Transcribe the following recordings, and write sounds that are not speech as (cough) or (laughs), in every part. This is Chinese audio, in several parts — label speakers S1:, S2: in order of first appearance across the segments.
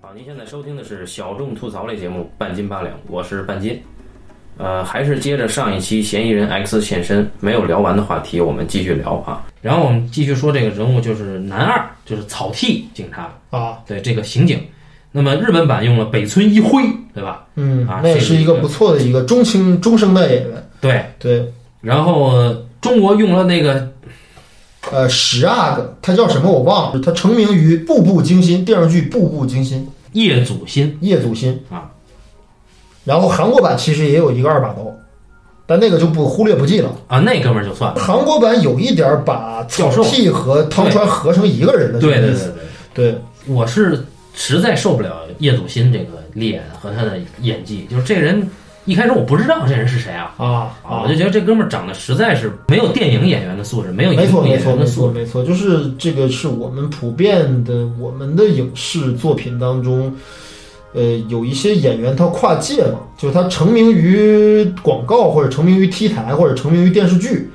S1: 好，啊您现在收听的是小众吐槽类节目《半斤八两》，我是半斤。呃，还是接着上一期嫌疑人 X 现身没有聊完的话题，我们继续聊啊。然后我们继续说这个人物就是男二，就是草剃警察，
S2: 啊，
S1: 对这个刑警。那么日本版用了北村一辉，对吧？
S2: 嗯
S1: 啊，
S2: 那也
S1: 这
S2: 是
S1: 是一
S2: 一个
S1: 个
S2: 不错的一个中青中生代演员。
S1: 对。
S2: 对，
S1: 然后呃中国用了那个
S2: 呃，史阿哥他叫什么我忘了，他成名于《步步惊心》电视剧《步步惊心
S1: 叶祖新，》
S2: 叶祖新
S1: 啊。
S2: 然后韩国版其实也有一个二把刀，但那个就不忽略不计了。
S1: 啊，那哥们儿就算了。
S2: 韩国版有一点把草
S1: 教授
S2: 剃和汤川合成一个人的这
S1: 对
S2: 个
S1: 对
S2: 意
S1: 对
S2: 思。
S1: 对，对
S2: 对
S1: 我是实在受不了叶祖新这个脸和他的演技，就是这人一开始我不知道这人是谁啊。
S2: 啊
S1: 啊，我就觉得这哥们儿长得实在是没有电影演员的素质，没有
S2: (laughs) 没
S1: 荧 (laughs)
S2: 错，
S1: 幕
S2: 没
S1: 演
S2: 错，
S1: 员
S2: 没
S1: 的素
S2: 错，
S1: 质。
S2: 没错，就是这个是我们普遍的我们的影视作品当中，呃，有一些演员他跨界嘛，就是他成名于广告或者成名于 T 台或者成名于电视剧，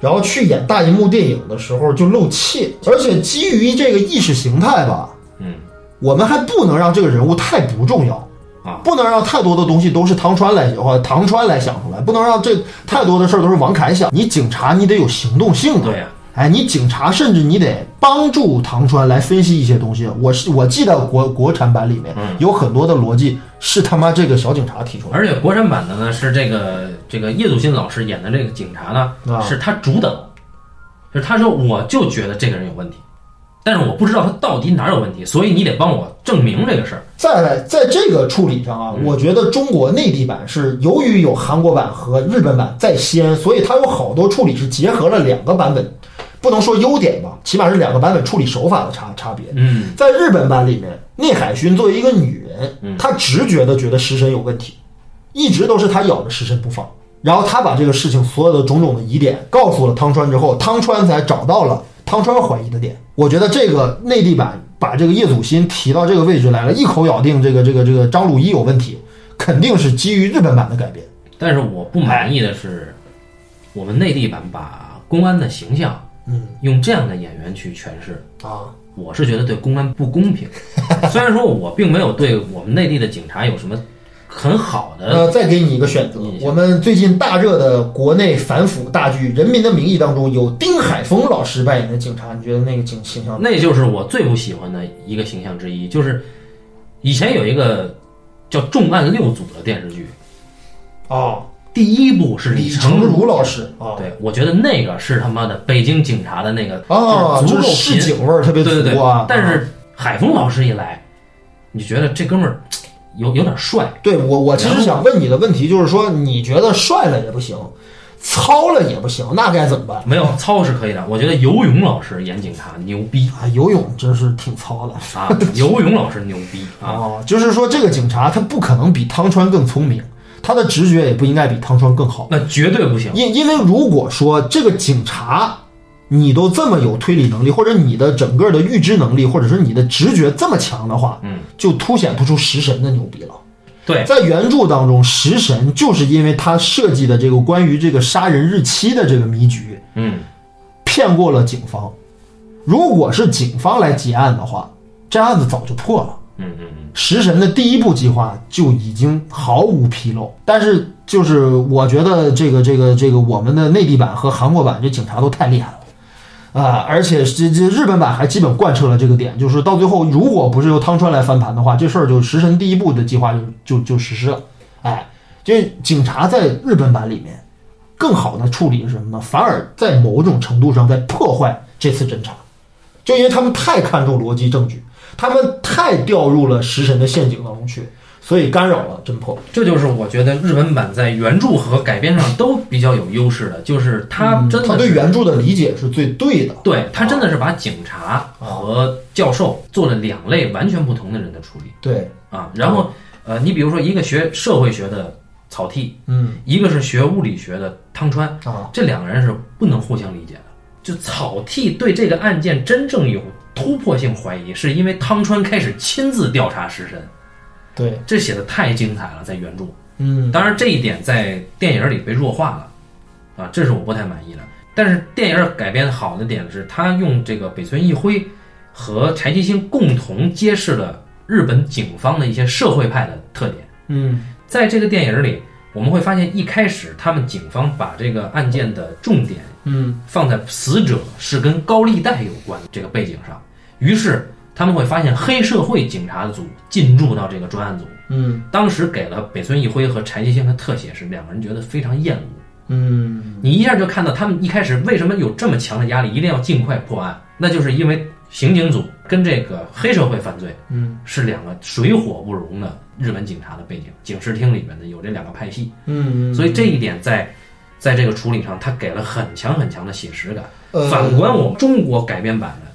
S2: 然后去演大银幕电影的时候就露怯，而且基于这个意识形态吧，
S1: 嗯，
S2: 我们还不能让这个人物太不重要
S1: 啊
S2: 不能让太多的东西都是唐川来或者唐川来想出来，不能让这太多的事儿都是王凯想。你警察，你得有行动性啊！
S1: 对呀、
S2: 哎，你警察甚至你得帮助唐川来分析一些东西。我是我记得国国产版里面
S1: 嗯
S2: 有很多的逻辑是他妈这个小警察提出来
S1: 而且国产版的呢是这个这个叶祖新老师演的这个警察呢，
S2: 的，啊
S1: 是他主导，就是他说我就觉得这个人有问题，但是我不知道他到底哪儿有问题，所以你得帮我证明这个事儿。
S2: 再来，在这个处理上啊，
S1: 嗯
S2: 我觉得中国内地版是由于有韩国版和日本版在先，所以它有好多处理是结合了两个版本，不能说优点吧，起码是两个版本处理手法的差差别。
S1: 嗯，
S2: 在日本版里面，聂海勋作为一个女
S1: 嗯
S2: 人，她直觉的觉得食神有问题，一直都是她咬着食神不放。然后她把这个事情所有的种种的疑点告诉了汤川之后，汤川才找到了汤川怀疑的点。我觉得这个内地版把这个叶祖新提到这个位置来了，一口咬定这个这个这个张鲁一有问题，肯定是基于日本版的改编。
S1: 但是我不满意的是，我们内地版把公安的形象
S2: 嗯
S1: 用这样的演员去诠释，
S2: 啊，
S1: 我是觉得对公安不公平。 (laughs) 虽然说我并没有对我们内地的警察有什么很好的，
S2: 呃，再给你一个选择
S1: 嗯，
S2: 我们最近大热的国内反腐大剧《人民的名义》当中有丁海峰老师扮演的警察，你觉得那个警形象？
S1: 那就是我最不喜欢的一个形象之一。就是以前有一个叫《重案六组》的电视剧，
S2: 哦，
S1: 第一部是
S2: 李
S1: 成
S2: 成。儒老师啊，
S1: 对，我觉得那个是他妈的北京警察的那个
S2: 啊，
S1: 就是足够
S2: 就是
S1: 贫
S2: 市井味儿特别
S1: 对对
S2: 足
S1: 对
S2: 啊。，
S1: 但
S2: 啊
S1: 是海峰老师一来，你就觉得这哥们儿有有点帅，
S2: 对我我其
S1: 然
S2: 实
S1: 后
S2: 想问你的问题就是说，你觉得帅了也不行，糙了也不行，那该怎么办？
S1: 没有操是可以的。我觉得游泳老师演警察牛逼
S2: 啊，游泳真是挺糙的
S1: 啊，游泳老师牛逼啊，
S2: 啊，就是说这个警察他不可能比汤川更聪明，他的直觉也不应该比汤川更好。
S1: 那绝对不行。
S2: 因因为如果说这个警察，你都这么有推理能力，或者你的整个的预知能力，或者是你的直觉这么强的话，
S1: 嗯，
S2: 就凸显不出食神的牛逼了。
S1: 对，
S2: 在原著当中，食神就是因为他设计的这个关于这个杀人日期的这个谜局，
S1: 嗯，
S2: 骗过了警方。如果是警方来结案的话，这案子早就破了。
S1: 嗯嗯嗯，
S2: 食神的第一步计划就已经毫无纰漏，但是就是我觉得这个这个这个我们的内地版和韩国版这警察都太厉害了。啊，而且这这日本版还基本贯彻了这个点，就是到最后，如果不是由汤川来翻盘的话，这事儿就食神第一步的计划就就就实施了。哎，这警察在日本版里面更好的处理是什么呢？反而在某种程度上在破坏这次侦查，就因为他们太看重逻辑证据，他们太掉入了食神的陷阱当中去，所以干扰了侦破。
S1: 这就是我觉得日本版在原著和改编上都比较有优势的，就是他真
S2: 嗯他
S1: 的
S2: 对
S1: 是。
S2: 原著的理解是最对的。嗯啊
S1: 对他真的是把警察和教授做了两类完全不同的人的处理
S2: 对，
S1: 啊。然后，呃，你比如说一个学社会学的草剃，
S2: 嗯
S1: 一个是学物理学的汤川，
S2: 啊，
S1: 这两个人是不能互相理解的。就草剃对这个案件真正有突破性怀疑，是因为汤川开始亲自调查食神，
S2: 对，
S1: 这写的太精彩了，在原著。
S2: 嗯
S1: 当然，这一点在电影里被弱化了，啊，这是我不太满意的。但是电影改编好的点是，他用这个北村一辉和柴崎幸共同揭示了日本警方的一些社会派的特点。
S2: 嗯
S1: 在这个电影里，我们会发现一开始他们警方把这个案件的重点
S2: 嗯
S1: 放在死者是跟高利贷有关的这个背景上，于是他们会发现黑社会警察组进入到这个专案组。
S2: 嗯
S1: 当时给了北村一辉和柴崎幸的特写是两个人觉得非常厌恶。
S2: 嗯
S1: 你一下就看到他们一开始为什么有这么强的压力，一定要尽快破案，那就是因为刑警组跟这个黑社会犯罪
S2: 嗯
S1: 是两个水火不容的日本警察的背景，警视厅里面的有这两个派系，
S2: 嗯
S1: 所以这一点在在这个处理上，他给了很强很强的写实感。
S2: 呃
S1: 反观我们中国改编版的，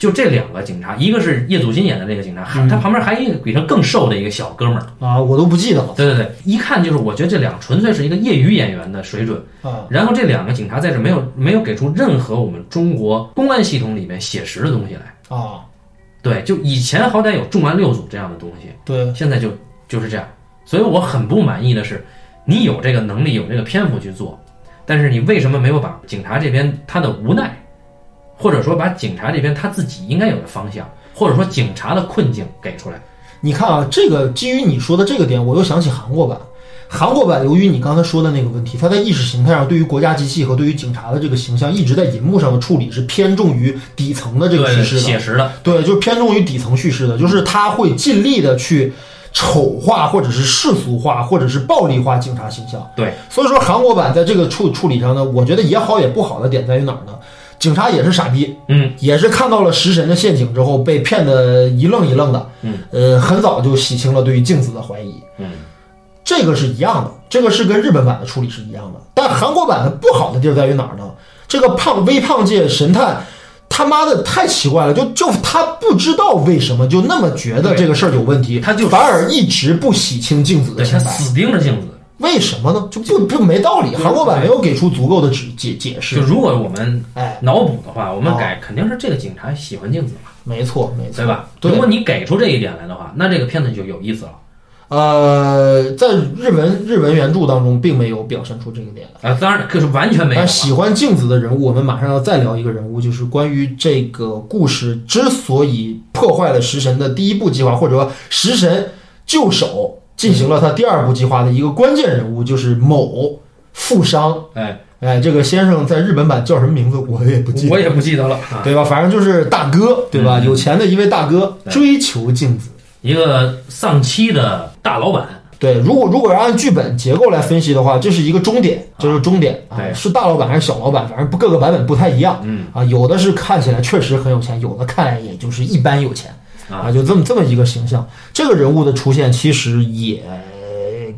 S1: 就这两个警察，一个是叶祖新演的那个警察，还他旁边还有一个比他更瘦的一个小哥们儿，
S2: 啊，我都不记得了
S1: 对对对，一看就是我觉得这两个纯粹是一个业余演员的水准。
S2: 啊。
S1: 然后这两个警察在这没有没有给出任何我们中国公安系统里面写实的东西来。
S2: 啊，
S1: 对，就以前好歹有重案六组这样的东西，
S2: 对，
S1: 现在就就是这样。所以我很不满意的是，你有这个能力，有这个篇幅去做，但是你为什么没有把警察这边他的无奈，或者说把警察这边他自己应该有的方向，或者说警察的困境给出来？
S2: 你看啊，这个基于你说的这个点，我又想起韩国版。韩国版由于你刚才说的那个问题，它在意识形态上对于国家机器和对于警察的这个形象，一直在银幕上的处理是偏重于底层的这个
S1: 对
S2: 叙事的，
S1: 写实的，
S2: 对，就偏重于底层叙事的，就是他会尽力的去丑化或者是世俗化或者是暴力化警察形象。
S1: 对，
S2: 所以说韩国版在这个处处理上呢，我觉得也好也不好的点在于哪儿呢？警察也是傻逼，
S1: 嗯，
S2: 也是看到了食神的陷阱之后被骗得一愣一愣的，
S1: 嗯，
S2: 呃，很早就洗清了对于镜子的怀疑，
S1: 嗯，
S2: 这个是一样的，这个是跟日本版的处理是一样的，但韩国版的不好的地儿在于哪儿呢？这个胖微胖界神探。他妈的太奇怪了，就就他不知道为什么就那么觉得
S1: 对
S2: 这个事儿有问题，
S1: 他就
S2: 反而一直不洗清镜子的
S1: 对
S2: 清
S1: 他
S2: 白，
S1: 死盯着镜子。
S2: 为什么呢？就不不没道理，韩国版没有给出足够的指解解
S1: 就
S2: 释。
S1: 如果我们
S2: 哎，
S1: 脑补的话，我们改肯定是这个警察喜欢镜子嘛，
S2: 没错没错
S1: 对。吧？
S2: 对
S1: 如果你给出这一点来的话，那这个片子就有意思了
S2: 呃，在日文日文原著当中，并没有表现出这个点来。
S1: 啊！当然，就是完全没有
S2: 但
S1: 了。
S2: 喜欢镜子的人物，我们马上要再聊一个人物，就是关于这个故事之所以破坏了食神的第一步计划，或者说食神就手进行了他第二步计划的一个关键人物，就是某富商。
S1: 哎，
S2: 哎，这个先生在日本版叫什么名字，我也不记得。
S1: 我也不记得了啊。
S2: 对吧？反正就是大哥，对吧？
S1: 嗯
S2: 有钱的一位大哥
S1: 对
S2: 追求镜子。
S1: 一个丧妻的大老板，
S2: 对，如果如果要按剧本结构来分析的话，这是一个终点，这是终点啊，
S1: 对
S2: 是大老板还是小老板，反正不各个版本不太一样
S1: 嗯
S2: 啊。有的是看起来确实很有钱，有的看来也就是一般有钱啊，
S1: 啊，
S2: 就这么这么一个形象。这个人物的出现其实也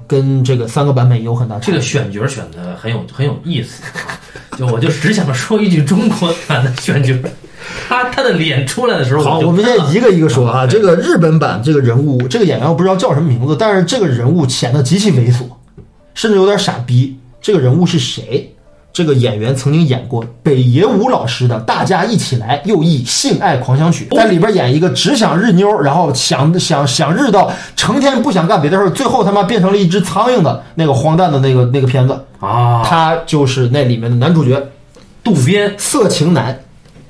S2: 跟这个三个版本有很大
S1: 这
S2: 差
S1: 个
S2: 别。
S1: 选角选的很有很有意思啊。就我就只想说一句中国版的选角，他他的脸出来的时候，
S2: 好，
S1: 就嗯
S2: 我们现在一个一个说啊。
S1: 对
S2: 这个日本版这个人物，这个演员我不知道叫什么名字，但是这个人物显得极其猥琐，甚至有点傻逼。这个人物是谁？这个演员曾经演过北野武老师的《大家一起来》，又译《性爱狂想曲》，
S1: 哦
S2: 在里边演一个只想日妞，然后想想想日到成天不想干别的事儿，最后他妈变成了一只苍蝇的那个荒诞的那个那个片子，
S1: 啊，
S2: 他就是那里面的男主角，
S1: 渡边
S2: 色情男，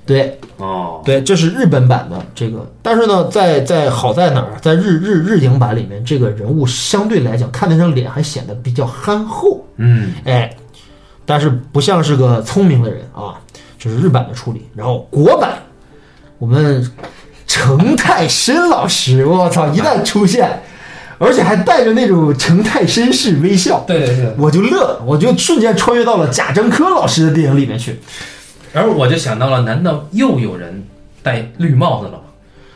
S2: 对，
S1: 哦，
S2: 对，这是日本版的这个，但是呢，在在好在哪儿，在日日日影版里面，这个人物相对来讲，看那张脸还显得比较憨厚，
S1: 嗯，
S2: 哎，但是不像是个聪明的人啊，这是日版的处理。然后国版，我们程太深老师，我操，一旦出现，而且还带着那种程太深式微笑，
S1: 对对对。
S2: 我就乐了，我就瞬间穿越到了贾樟柯老师的电影里面去。
S1: 而我就想到了，难道又有人戴绿帽子了吗？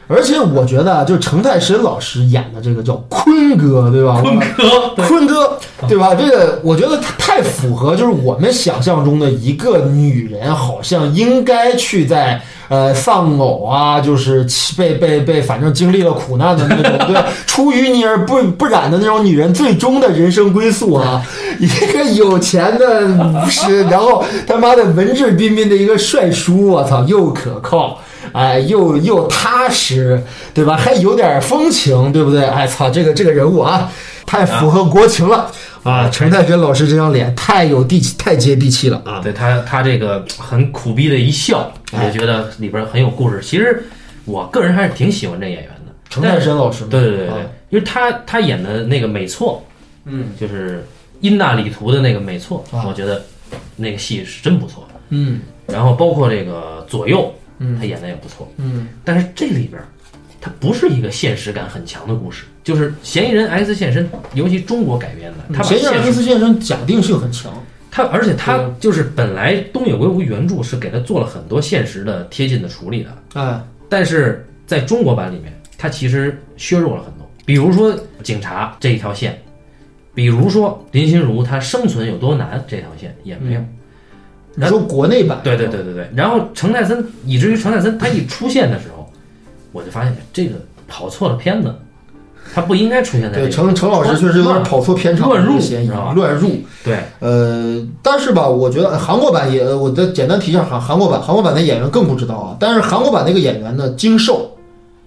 S2: 而且我觉得啊，就程太深老师演的这个叫坤哥，对吧？
S1: 坤哥，对
S2: 坤哥，对吧？这个我觉得他太符合，就是我们想象中的一个女人，好像应该去在呃丧偶啊，就是起被被被，反正经历了苦难的那种，对吧， (laughs) 出淤泥而不不染的那种女人，最终的人生归宿啊，一个有钱的巫师，然后他妈的文质彬彬的一个帅叔，我操，又可靠。哎，又又踏实，对吧？还有点风情，对不对？哎，操，这个这个人物啊，太符合国情了啊！陈太深老师这张脸太有地气，太接地气了啊！
S1: 对他他这个很苦哎逼的一笑，我就觉得里边很有故事。其实我个人还是挺喜欢这演员的，
S2: 程太深老师嘛，
S1: 对对对
S2: 啊
S1: 对，因为他他演的那个美错，
S2: 嗯
S1: 就是英纳里图的那个美错，
S2: 啊
S1: 我觉得那个戏是真不错。
S2: 嗯
S1: 然后包括这个左右，他
S2: 嗯
S1: 演的也不错。
S2: 嗯
S1: 但是这里边儿，它不是一个现实感很强的故事，就是嫌疑人 X 现身，尤其中国改编的，他把
S2: 嗯嫌疑人
S1: 现实
S2: X 嗯先生假定性很强，
S1: 他，而且他
S2: 对
S1: 就是本来东野圭吾原著是给他做了很多现实的贴近的处理的，
S2: 哎，
S1: 但是在中国版里面，它其实削弱了很多，比如说警察这一条线，比如说林心如她生存有多难这条线也没有。
S2: 嗯你说国内版，
S1: 对对，对对对。然后程泰森，以至于程泰森他一出现的时候，我就发现这个跑错了片子，他不应该出现在这
S2: 对
S1: 个。
S2: 程程老师确实有点跑错片场，
S1: 乱入
S2: 嫌疑
S1: 是吧
S2: 乱入，
S1: 对，
S2: 呃，但是吧，我觉得韩国版也，我再简单提一下韩韩国版，韩国版的演员更不知道啊。但是韩国版那个演员呢，精瘦，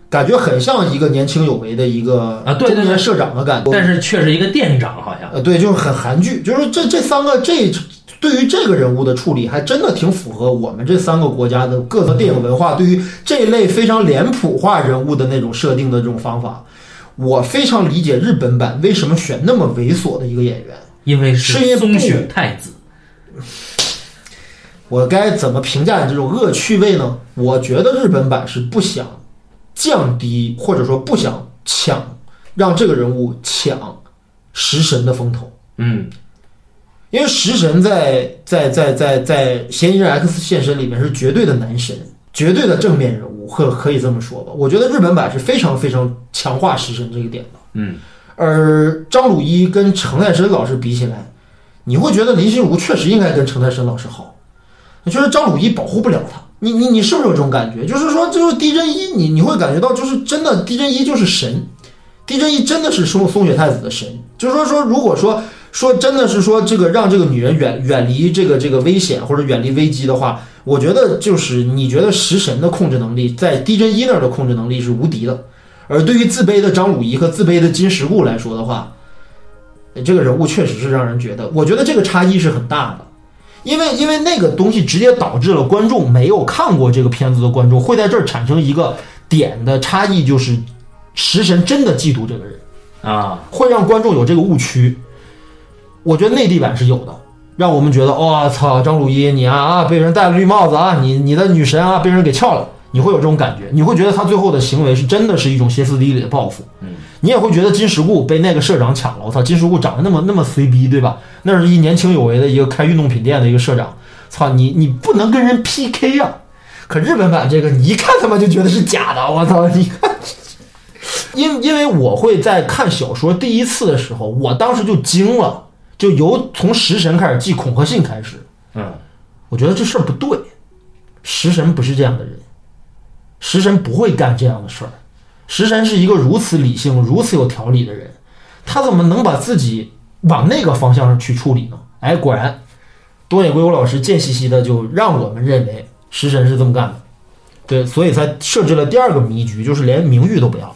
S2: 感觉很像一个年轻有为的一个
S1: 啊对对
S2: 中年
S1: 对
S2: 社长的感觉。
S1: 但是却是一个店长，好像
S2: 呃，对，就是很韩剧，就是这这三个这对于这个人物的处理，还真的挺符合我们这三个国家的各个电影文化对于这一类非常脸谱化人物的那种设定的这种方法。我非常理解日本版为什么选那么猥琐的一个演员。
S1: 因为
S2: 是因为
S1: 是
S2: 不
S1: 松雪太子，
S2: 我该怎么评价你这种恶趣味呢？我觉得日本版是不想降低，或者说不想抢，让这个人物抢食神的风头，
S1: 嗯，
S2: 因为食神在在在在在嫌疑人 X 现身里面是绝对的男神，绝对的正面人物，可可以这么说吧。我觉得日本版是非常非常强化食神这个点的。
S1: 嗯，
S2: 而张鲁一跟程太深老师比起来，你会觉得林心如确实应该跟程太深老师好，你觉得张鲁一保护不了他。你你你是不是有这种感觉？就是说，就是狄真一，你你会感觉到，就是真的狄真一就是神，狄真一真的是松松雪太子的神。就是说说，如果说说真的是说这个让这个女人远远离这个这个危险或者远离危机的话，我觉得就是你觉得食神的控制能力在狄真一那儿的控制能力是无敌的，而对于自卑的张鲁一和自卑的金石固来说的话，呃这个人物确实是让人觉得，我觉得这个差异是很大的，因为因为那个东西直接导致了观众没有看过这个片子的观众会在这儿产生一个点的差异，就是食神真的嫉妒这个人。
S1: 啊，
S2: 会让观众有这个误区。我觉得内地版是有的，让我们觉得哇操，张鲁一你啊啊被人戴了绿帽子啊，你你的女神啊被人给撬了，你会有这种感觉，你会觉得他最后的行为是真的是一种歇斯底里的报复。
S1: 嗯，
S2: 你也会觉得金石固被那个社长抢了，我操，金石固长得那么那么随逼，对吧？那是一年轻有为的一个开运动品店的一个社长，操你你不能跟人 PK 啊！可日本版这个，你一看他妈就觉得是假的，我操！你看，因因为我会在看小说第一次的时候，我当时就惊了，就由从食神开始记恐吓信开始，
S1: 嗯，
S2: 我觉得这事儿不对，食神不是这样的人，食神不会干这样的事儿，食神是一个如此理性、如此有条理的人，他怎么能把自己往那个方向上去处理呢？哎，果然，东野圭吾老师贱兮兮的就让我们认为食神是这么干的，对，所以才设置了第二个迷局，就是连名誉都不要了，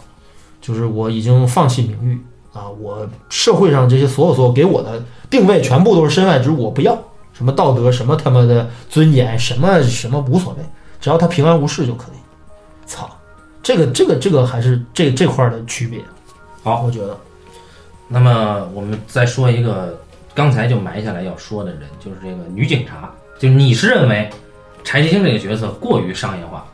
S2: 就是我已经放弃名誉啊，我社会上这些所有所有给我的定位全部都是身外之物，我不要。什么道德，什么他妈的尊严，什么什么无所谓，只要他平安无事就可以。操，这个这个这个还是这这块儿的区别。
S1: 好
S2: 我觉得，
S1: 那么我们再说一个刚才就埋下来要说的人，就是这个女警察，就是你是认为柴崎星这个角色过于商业化，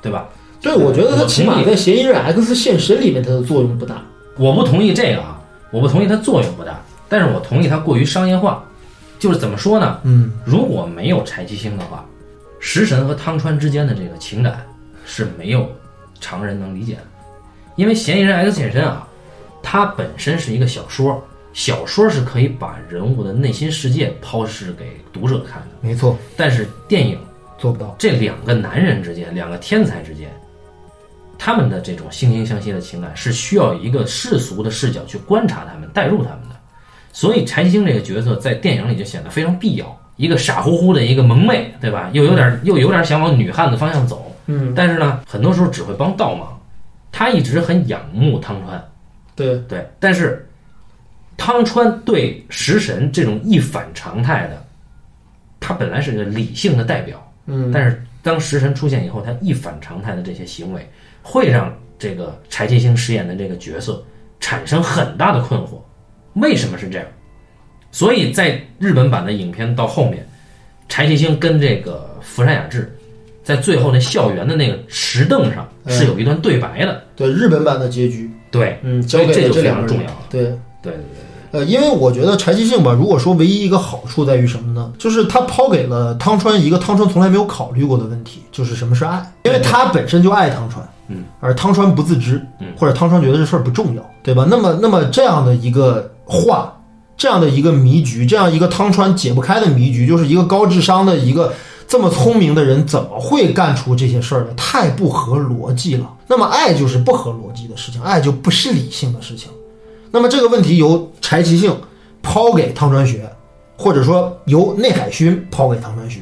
S1: 对吧？
S2: 对我觉得他
S1: 我
S2: 起
S1: 同
S2: 码
S1: 意
S2: 在嫌疑人 X 现身里面，他的作用不大。
S1: 我不同意这个啊，我不同意它作用不大，但是我同意它过于商业化。就是怎么说呢？
S2: 嗯，
S1: 如果没有柴崎星的话，食神和汤川之间的这个情感是没有常人能理解的，因为嫌疑人 X 现身啊，它本身是一个小说，小说是可以把人物的内心世界抛示给读者看的，
S2: 没错，
S1: 但是电影
S2: 做不到。
S1: 这两个男人之间，两个天才之间，他们的这种惺惺相惜的情感是需要一个世俗的视角去观察他们、带入他们的。所以柴星这个角色在电影里就显得非常必要，一个傻乎乎的一个萌妹，对吧？又有点又有点想往女汉子方向走，
S2: 嗯，
S1: 但是呢，很多时候只会帮倒忙。他一直很仰慕汤川，
S2: 对，
S1: 对，但是汤川对食神这种一反常态的，他本来是个理性的代表。
S2: 嗯，
S1: 但是当食神出现以后，他一反常态的这些行为，会让这个柴崎幸饰演的这个角色产生很大的困惑，为什么是这样？所以在日本版的影片到后面，柴崎幸跟这个福山雅治在最后那校园的那个石凳上
S2: 嗯
S1: 是有一段对白的，
S2: 对日本版的结局，
S1: 对
S2: 嗯，交
S1: 所以
S2: 给
S1: 这
S2: 了
S1: 就
S2: 这
S1: 非
S2: 两
S1: 常
S2: 个
S1: 重
S2: 人
S1: 要。了。
S2: 对，
S1: 对对
S2: 呃，因为我觉得柴崎幸吧，如果说唯一一个好处在于什么呢？就是他抛给了汤川一个汤川从来没有考虑过的问题，就是什么是爱，因为他本身就爱汤川，
S3: 嗯，
S2: 而汤川不自知，
S3: 嗯
S2: 或者汤川觉得这事儿不重要，对吧？那么，那么这样的一个话，这样的一个迷局，这样一个汤川解不开的迷局，就是一个高智商的一个这么聪明的人怎么会干出这些事儿呢？太不合逻辑了。那么爱就是不合逻辑的事情，爱就不是理性的事情。那么这个问题由柴崎幸抛给汤川学，或者说由内海勋抛给汤川学，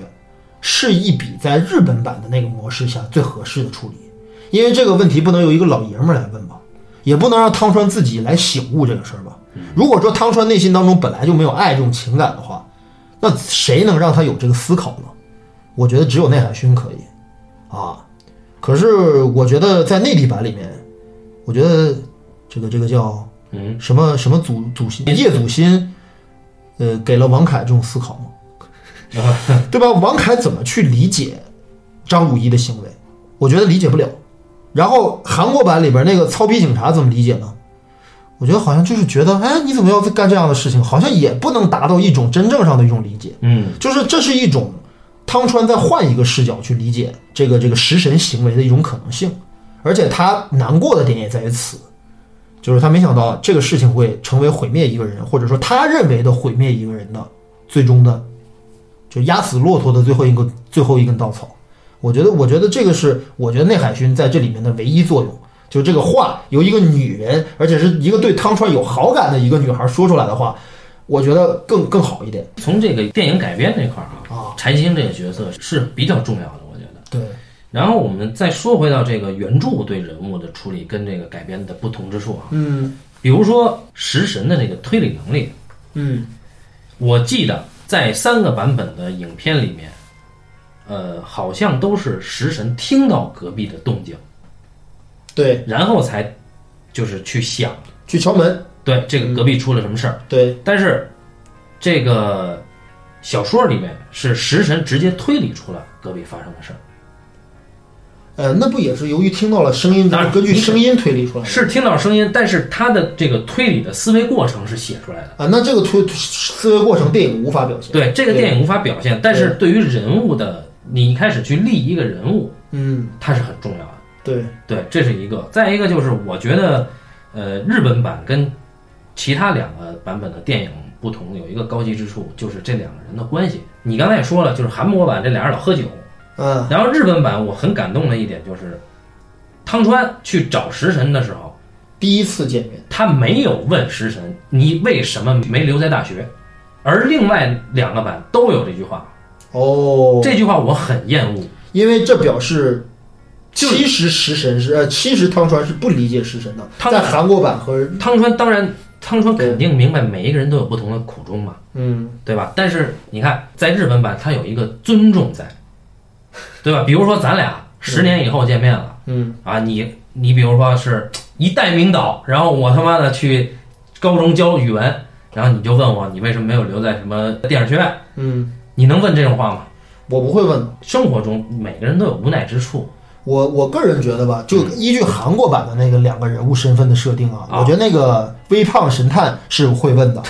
S2: 是一笔在日本版的那个模式下最合适的处理。因为这个问题不能由一个老爷们儿来问吧，也不能让汤川自己来醒悟这个事儿吧。如果说汤川内心当中本来就没有爱这种情感的话，那谁能让他有这个思考呢？我觉得只有内海勋可以啊。可是我觉得在内地版里面，我觉得这个这个叫
S3: 嗯，
S2: 什么什么祖祖心叶祖心，呃，给了王凯这种思考吗？对吧？王凯怎么去理解张鲁一的行为？我觉得理解不了。然后韩国版里边那个糙逼警察怎么理解呢？我觉得好像就是觉得，哎，你怎么要干这样的事情？好像也不能达到一种真正上的一种理解。
S3: 嗯，
S2: 就是这是一种汤川再换一个视角去理解这个这个食神行为的一种可能性，而且他难过的点也在于此，就是他没想到这个事情会成为毁灭一个人，或者说他认为的毁灭一个人的最终的，就压死骆驼的最后一个最后一根稻草。我觉得，我觉得这个是我觉得内海勋在这里面的唯一作用，就这个话由一个女人，而且是一个对汤川有好感的一个女孩说出来的话，我觉得更更好一点
S1: 从这个电影改编这块儿啊，
S2: 啊。
S1: 柴崎幸这个角色是比较重要的，我觉得。
S2: 对，
S1: 然后我们再说回到这个原著对人物的处理跟这个改编的不同之处啊，
S2: 嗯。
S1: 比如说食神的这个推理能力，
S2: 嗯
S1: 我记得在三个版本的影片里面，呃，好像都是食神听到隔壁的动静，，
S2: 对，
S1: 然后才就是去想，
S2: 去敲门，
S1: 对这个隔壁出了什么事儿。
S2: 对，
S1: 但是这个小说里面是食神直接推理出来隔壁发生的事儿，
S2: 呃，那不也是由于听到了声音，
S1: 当然
S2: 根据声音推理出来的
S1: 是听到声音，但是他的这个推理的思维过程是写出来的。
S2: 啊？那这个推思维过程，电影无法表现。，
S1: 对这个电影无法表现，但是对于人物的，你一开始去立一个人物，
S2: 嗯，
S1: 它是很重要的。
S2: 对，
S1: 对，这是一个。再一个就是，我觉得，呃，日本版跟其他两个版本的电影不同，有一个高级之处，就是这两个人的关系。你刚才也说了，就是韩国版这俩人老喝酒，
S2: 嗯，
S1: 然后日本版我很感动的一点就是，汤川去找食神的时候，
S2: 第一次见面，
S1: 他没有问食神你为什么没留在大学，而另外两个版都有这句话，
S2: 哦，
S1: 这句话我很厌恶。
S2: 因为这表示。
S1: 就是
S2: 其实食神是呃，其实汤川是不理解食神的，
S1: 汤
S2: 在韩国版和
S1: 汤川当然，汤川肯定明白每一个人都有不同的苦衷嘛，
S2: 嗯
S1: 对吧？但是你看，在日本版，它有一个尊重在，对吧？比如说咱俩十年以后见面了
S2: 嗯
S1: 啊，你你比如说是一代名导，然后我他妈的去高中教语文，然后你就问我你为什么没有留在什么电影学院？
S2: 嗯，
S1: 你能问这种话吗？
S2: 我不会问的。
S1: 生活中每个人都有无奈之处，
S2: 我我个人觉得吧，就
S1: 嗯
S2: 依据韩国版的那个两个人物身份的设定啊，
S1: 啊
S2: 我觉得那个微胖神探是会
S1: (laughs)
S2: 问的，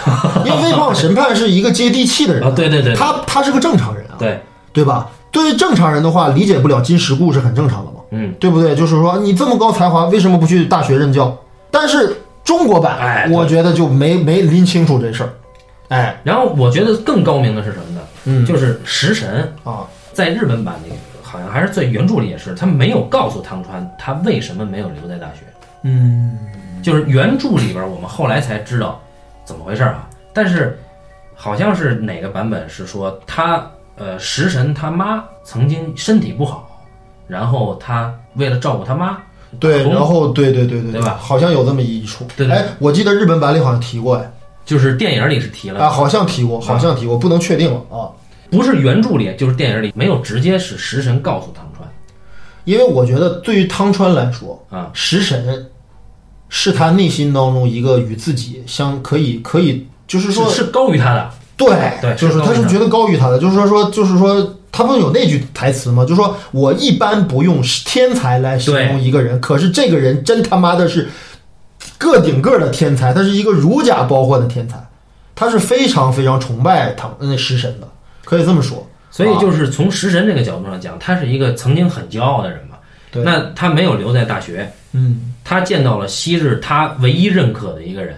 S2: 因为微胖神探是一个接地气的人
S1: 啊对对对
S2: 他他是个正常人啊，
S1: 对，
S2: 对吧？对于正常人的话，理解不了金石故是很正常的嘛，
S1: 嗯，
S2: 对不对？就是说你这么高才华，为什么不去大学任教？但是中国版，
S1: 哎对
S2: 我觉得就没没拎清楚这事儿，哎，
S1: 然后我觉得更高明的是什么呢？
S2: 嗯，
S1: 就是食神。
S2: 啊，
S1: 在日本版里，好像还是在原著里也是，他没有告诉汤川他为什么没有留在大学，
S2: 嗯，
S1: 就是原著里边我们后来才知道怎么回事儿啊。但是好像是哪个版本是说他呃食神他妈曾经身体不好，然后他为了照顾他妈，
S2: 对，
S1: 打工
S2: 然后对对对对
S1: 对吧
S2: 好像有这么一处，
S1: 对对
S2: 哎，我记得日本版里好像提过，哎。
S1: 就是电影里是提了，
S2: 啊，好像提过，好像提过，不能确定了啊。
S1: 不是原著里，就是电影里没有直接是食神告诉汤川，
S2: 因为我觉得对于汤川来说，
S1: 啊，
S2: 食神是他内心当中一个与自己相可以可以，就是说
S1: 是是高于他的，
S2: 对
S1: 对
S2: 就是
S1: 是高于
S2: 他是
S1: 他
S2: 绝对高于他的，就是说说就是说。他不是有那句台词吗？就说我一般不用天才来形容一个人，可是这个人真他妈的是个顶个的天才，他是一个如假包换的天才，他是非常非常崇拜唐那食神的，可以这么说。
S1: 所以就是啊从食神这个角度上讲，他是一个曾经很骄傲的人嘛。
S2: 对
S1: 那他没有留在大学，
S2: 嗯，
S1: 他见到了昔日他唯一认可的一个人，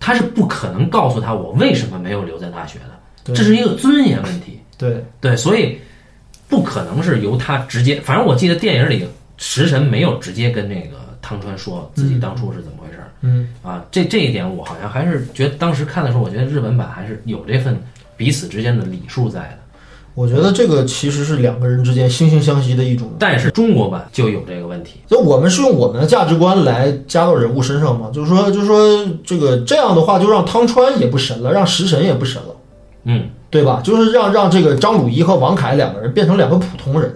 S1: 他是不可能告诉他我为什么没有留在大学的，
S2: 对
S1: 这是一个尊严问题。
S2: 对，
S1: 对，所以不可能是由他直接。反正我记得电影里食神没有直接跟那个汤川说自己当初是怎么回事儿、
S2: 嗯，
S1: 啊。这这一点我好像还是觉得当时看的时候，我觉得日本版还是有这份彼此之间的礼数在的。
S2: 我觉得这个其实是两个人之间惺惺相惜的一种
S1: 但是中国版就有这个问题。
S2: 就我们是用我们的价值观来加到人物身上嘛，就是说，就是说这个这样的话，就让汤川也不神了，让食神也不神了，
S1: 嗯，
S2: 对吧？就是让让这个张鲁一和王凯两个人变成两个普通人，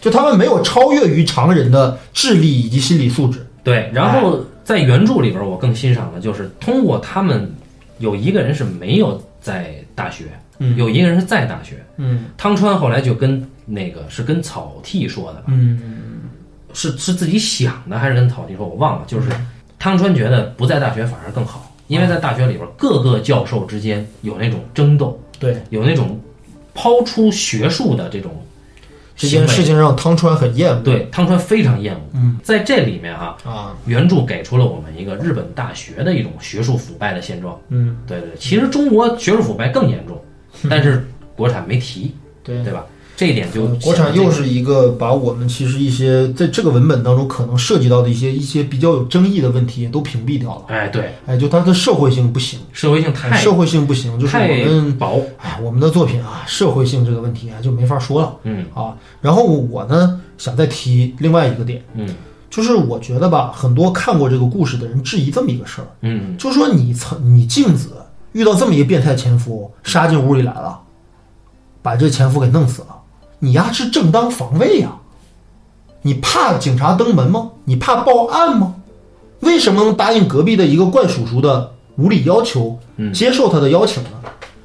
S2: 就他们没有超越于常人的智力以及心理素质。
S1: 对。然
S2: 哎
S1: 后在原著里边，我更欣赏的就是通过他们有一个人是没有在大学，
S2: 嗯
S1: 有一个人是在大学。
S2: 嗯
S1: 汤川后来就跟那个是跟草剃说的吧，
S2: 嗯
S1: 是是自己想的还是跟草剃说？我忘了。就是
S2: 嗯
S1: 汤川觉得不在大学反而更好，因为在大学里边各个教授之间有那种争斗，
S2: 对，
S1: 有那种抛出学术的这种
S2: 这件
S1: 行为
S2: 事情让汤川很厌恶。
S1: 对汤川非常厌恶。
S2: 嗯，
S1: 在这里面啊，
S2: 啊，
S1: 原著给出了我们一个日本大学的一种学术腐败的现状。
S2: 嗯，
S1: 对对，对其实中国学术腐败更严重，但是国产没提，
S2: 对。
S1: 对吧？这一点就
S2: 呃国产又是一个把我们其实一些在这个文本当中可能涉及到的一些一些比较有争议的问题都屏蔽掉了。
S1: 哎，对，
S2: 哎，就它的社会性不行，哎
S1: 社会性太
S2: 社会性不行，就是我
S1: 太
S2: 们，
S1: 薄，
S2: 哎，我们的作品啊，社会性这个问题啊就没法说了
S1: 嗯
S2: 啊。然后我呢想再提另外一个点，
S1: 嗯
S2: 就是我觉得吧，很多看过这个故事的人质疑这么一个事儿，
S1: 嗯，
S2: 就说你曾你镜子遇到这么一个变态前夫，杀进屋里来了，把这前夫给弄死了，你呀是正当防卫呀、你怕警察登门吗？你怕报案吗？为什么能答应隔壁的一个怪叔叔的无理要求，
S1: 嗯
S2: 接受他的邀请呢？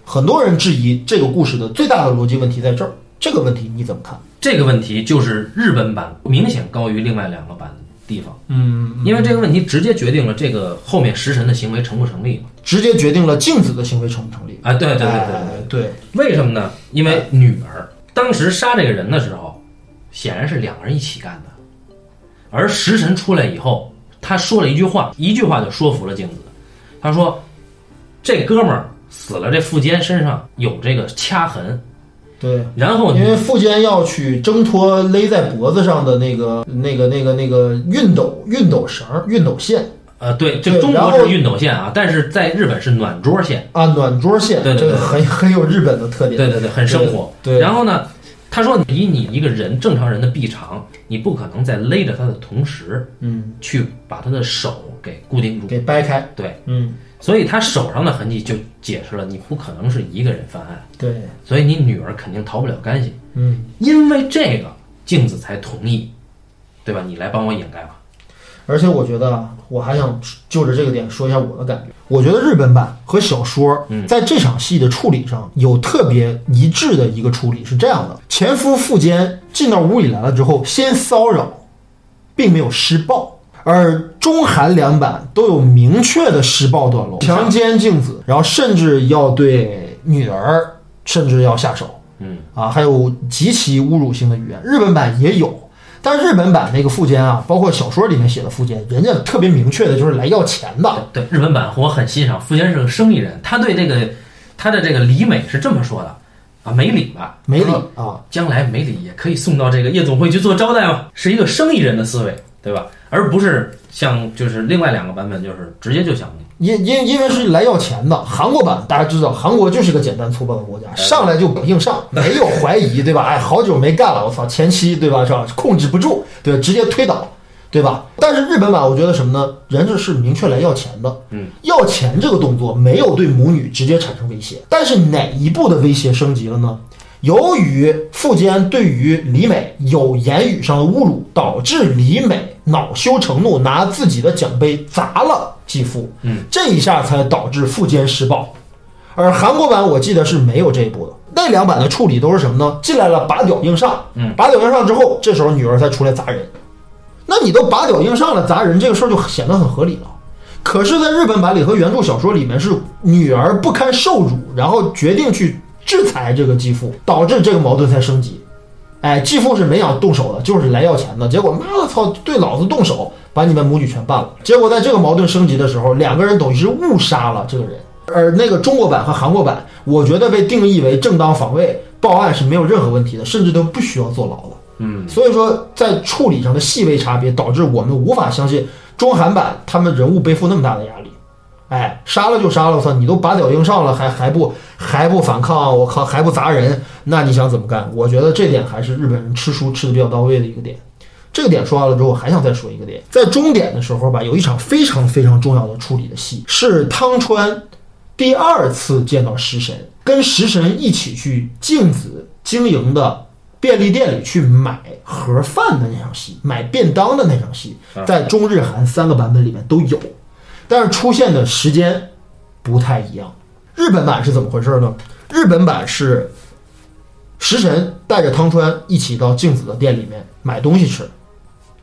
S2: 很多人质疑这个故事的最大的逻辑问题在这儿，这个问题你怎么看？
S1: 这个问题就是日本版明显高于另外两个版的地方，
S2: 嗯，
S1: 因为这个问题直接决定了这个后面食神的行为成不成立嘛。
S2: 直接决定了镜子的行为成不成立。
S1: 啊，对对对对对
S2: 哎，对，
S1: 为什么呢？因为女儿当时杀这个人的时候，显然是两个人一起干的，而食神出来以后，他说了一句话，一句话就说服了镜子。他说：“这哥们儿死了，这富坚身上有这个掐痕。
S2: 对。”
S1: 然后
S2: 因为富坚要去挣脱勒在脖子上的那个、那个、那个、那个熨斗、熨斗绳、熨斗线
S1: 呃，对，这
S2: 对
S1: 中
S2: 然
S1: 国
S2: 后
S1: 是熨斗线啊，但是在日本是暖桌线。
S2: 啊，暖桌线，
S1: 对对
S2: 这个
S1: 对
S2: 很很有日本的特点。
S1: 对对对，很生活。
S2: 对对
S1: 然后呢，他说：“以你一个人正常人的臂长，你不可能在勒着他的同时
S2: 嗯，
S1: 去把他的手给固定住。”
S2: 给掰开，
S1: 对，
S2: 嗯，
S1: 所以他手上的痕迹就解释了你不可能是一个人犯案，
S2: 对，
S1: 所以你女儿肯定逃不了干系。
S2: 嗯，
S1: 因为这个，镜子才同意，对吧？你来帮我掩盖吧。
S2: 而且我觉得啊，我还想就着这个点说一下我的感觉。我觉得日本版和小说在这场戏的处理上有特别一致的一个处理，是这样的：前夫富坚进到屋里来了之后，先骚扰，并没有施暴，而中韩两版都有明确的施暴段落，强奸镜子，然后甚至要对女儿甚至要下手，
S1: 嗯
S2: 啊，还有极其侮辱性的语言，日本版也有。但日本版那个富坚啊，包括小说里面写的富坚，人家特别明确的就是来要钱的，
S1: 对，日本版我很欣赏，福坚是个生意人，他对这个他的这个李美是这么说的啊，美里吧，
S2: 没理
S1: 他说
S2: 啊。
S1: 将来美里也可以送到这个夜总会去做招待嘛，是一个生意人的思维，对吧？而不是像就是另外两个版本，就是直接就想
S2: 因因因为是来要钱的，韩国版大家知道，韩国就是个简单粗暴的国家，上来就不硬上，没有怀疑，对吧？哎，好久没干了，我操，前期对吧是吧？控制不住，对，直接推倒，对吧？但是日本版我觉得什么呢？人家是明确来要钱的，
S1: 嗯，
S2: 要钱这个动作没有对母女直接产生威胁，但是哪一步的威胁升级了呢？由于富坚对于李美有言语上的侮辱，导致李美恼羞成怒，拿自己的奖杯砸了继父。
S3: 嗯，
S2: 这一下才导致富坚施暴。而韩国版我记得是没有这一步的，那两版的处理都是什么呢？进来了拔屌硬上，
S3: 嗯，
S2: 拔屌硬上之后，这时候女儿才出来砸人。那你都拔屌硬上了砸人，这个事儿就显得很合理了。可是，在日本版里和原著小说里面，是女儿不堪受辱，然后决定去制裁这个继父，导致这个矛盾才升级。哎，继父是没想动手的，就是来要钱的，结果妈的操，对老子动手，把你们母女全办了。结果在这个矛盾升级的时候，两个人等于是误杀了这个人。而那个中国版和韩国版，我觉得被定义为正当防卫，报案是没有任何问题的，甚至都不需要坐牢了。
S3: 嗯，
S2: 所以说，在处理上的细微差别，导致我们无法相信中韩版他们人物背负那么大的压力。哎，杀了就杀了，我操！你都拔屌硬上了，还还不还不反抗，我靠，还不砸人，那你想怎么干？我觉得这点还是日本人吃书吃的比较到位的一个点。这个点说完了之后，我还想再说一个点，在终点的时候吧，有一场非常非常重要的处理的戏，是汤川第二次见到食神，跟食神一起去镜子经营的便利店里去买盒饭的那场戏，买便当的那场戏，在中日韩三个版本里面都有，但是出现的时间不太一样。日本版是怎么回事呢？日本版是食神带着汤川一起到镜子的店里面买东西吃。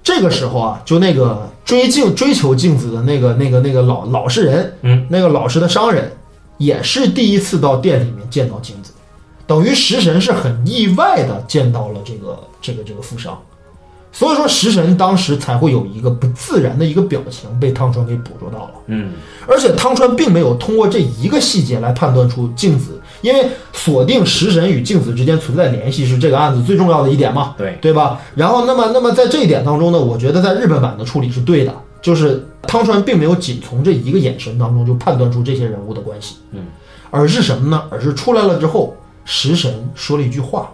S2: 这个时候啊，就那个追镜追求镜子的那个那个那个老老实人，
S3: 嗯，
S2: 那个老实的商人，也是第一次到店里面见到镜子，等于食神是很意外的见到了这个这个这个富商，所以说食神当时才会有一个不自然的一个表情被汤川给捕捉到了。
S3: 嗯，
S2: 而且汤川并没有通过这一个细节来判断出镜子，因为锁定食神与镜子之间存在联系是这个案子最重要的一点嘛，
S3: 对，
S2: 对吧？然后，那么，那么在这一点当中呢，我觉得在日本版的处理是对的，就是汤川并没有仅从这一个眼神当中就判断出这些人物的关系，
S3: 嗯，
S2: 而是什么呢？而是出来了之后，食神说了一句话，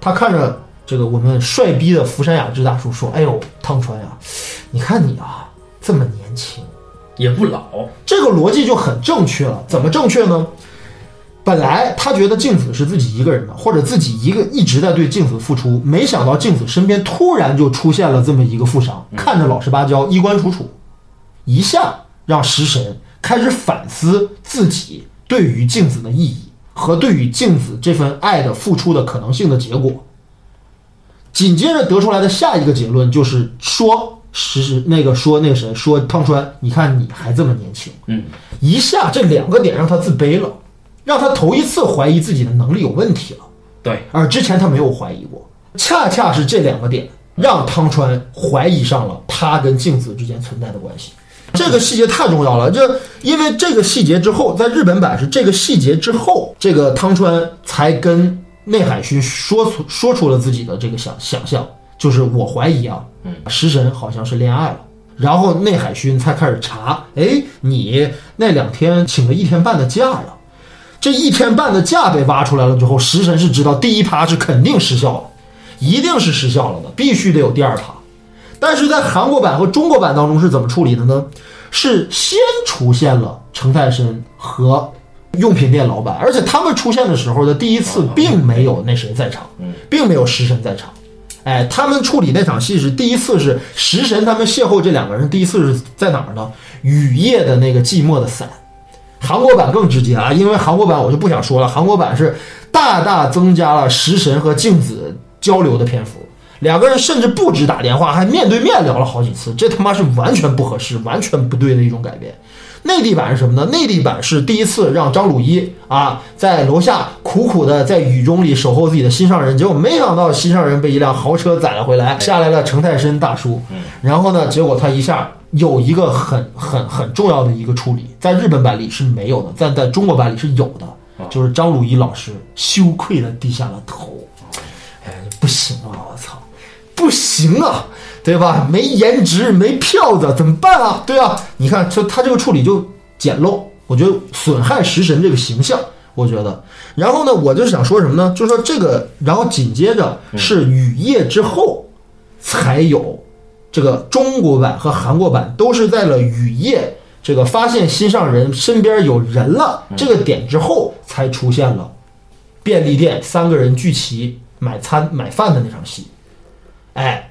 S2: 他看着这个我们帅逼的福山雅治大叔说：“哎呦，汤川呀、你看你啊，这么年轻。”
S1: 也不老，
S2: 这个逻辑就很正确了。怎么正确呢？本来他觉得镜子是自己一个人的，或者自己一个一直在对镜子付出，没想到镜子身边突然就出现了这么一个富商，看着老实巴交、衣冠楚楚，一下让食神开始反思自己对于镜子的意义和对于镜子这份爱的付出的可能性的结果。紧接着得出来的下一个结论就是说，实时那个说那个谁说汤川，你看你还这么年轻，
S3: 嗯，
S2: 一下这两个点让他自卑了，让他头一次怀疑自己的能力有问题了，
S3: 对，
S2: 而之前他没有怀疑过，恰恰是这两个点让汤川怀疑上了他跟镜子之间存在的关系。这个细节太重要了，这因为这个细节之后，在日本版是这个细节之后，这个汤川才跟内海薰说出说出了自己的这个想想象，就是我怀疑啊，食神好像是恋爱了。然后内海薰才开始查，哎，你那两天请了一天半的假呀，这一天半的假被挖出来了之后，食神是知道第一趴是肯定失效了，一定是失效了的，必须得有第二趴。但是在韩国版和中国版当中是怎么处理的呢？是先出现了成泰申和用品店老板，而且他们出现的时候的第一次并没有那谁在场，并没有食神在场。哎，他们处理那场戏是第一次是食神他们邂逅这两个人，第一次是在哪儿呢？雨夜的那个寂寞的伞。韩国版更直接啊，因为韩国版我就不想说了，韩国版是大大增加了食神和镜子交流的篇幅，两个人甚至不止打电话，还面对面聊了好几次，这他妈是完全不合适、完全不对的一种改变。内地版是什么呢？内地版是第一次让张鲁一啊在楼下苦苦的在雨中里守候自己的心上人，结果没想到心上人被一辆豪车载了回来，下来了程泰申大叔，然后呢，结果他一下有一个很很很重要的一个处理，在日本版里是没有的，但在中国版里是有的，就是张鲁一老师羞愧的低下了头，哎，不行啊，我操，不行啊，对吧？没颜值，没票子，怎么办啊？对啊，你看，就他这个处理就简陋，我觉得损害食神这个形象，我觉得。然后呢，我就想说什么呢？就是说这个，然后紧接着是雨夜之后才有这个中国版和韩国版都是在了雨夜这个发现心上人身边有人了这个点之后才出现了。便利店三个人聚齐买餐买饭的那场戏。哎，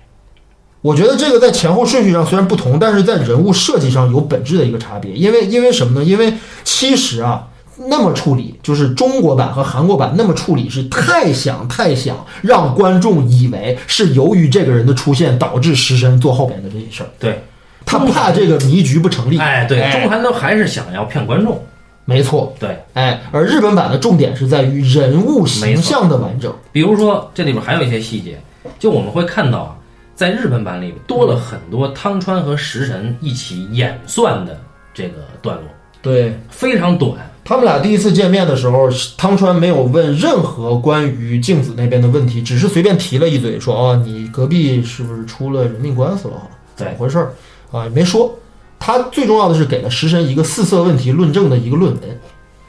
S2: 我觉得这个在前后顺序上虽然不同，但是在人物设计上有本质的一个差别。因为因为什么呢？因为其实啊，那么处理就是中国版和韩国版那么处理是太想太想让观众以为是由于这个人的出现导致食神做后边的这些事儿，
S1: 对，
S2: 他怕这个迷局不成立。
S1: 哎，对，
S2: 哎
S1: 中韩都还是想要骗观众，
S2: 没错，
S1: 对，
S2: 哎，而日本版的重点是在于人物形象的完整。
S1: 比如说这里边还有一些细节，就我们会看到啊，在日本版里多了很多汤川和食神一起演算的这个段落，
S2: 对
S1: 非常短，
S2: 他们俩第一次见面的时候，汤川没有问任何关于镜子那边的问题，只是随便提了一嘴，说：“哦，你隔壁是不是出了人命官司了？哈，怎么回事儿？”啊，也没说。他最重要的是给了食神一个四色问题论证的一个论文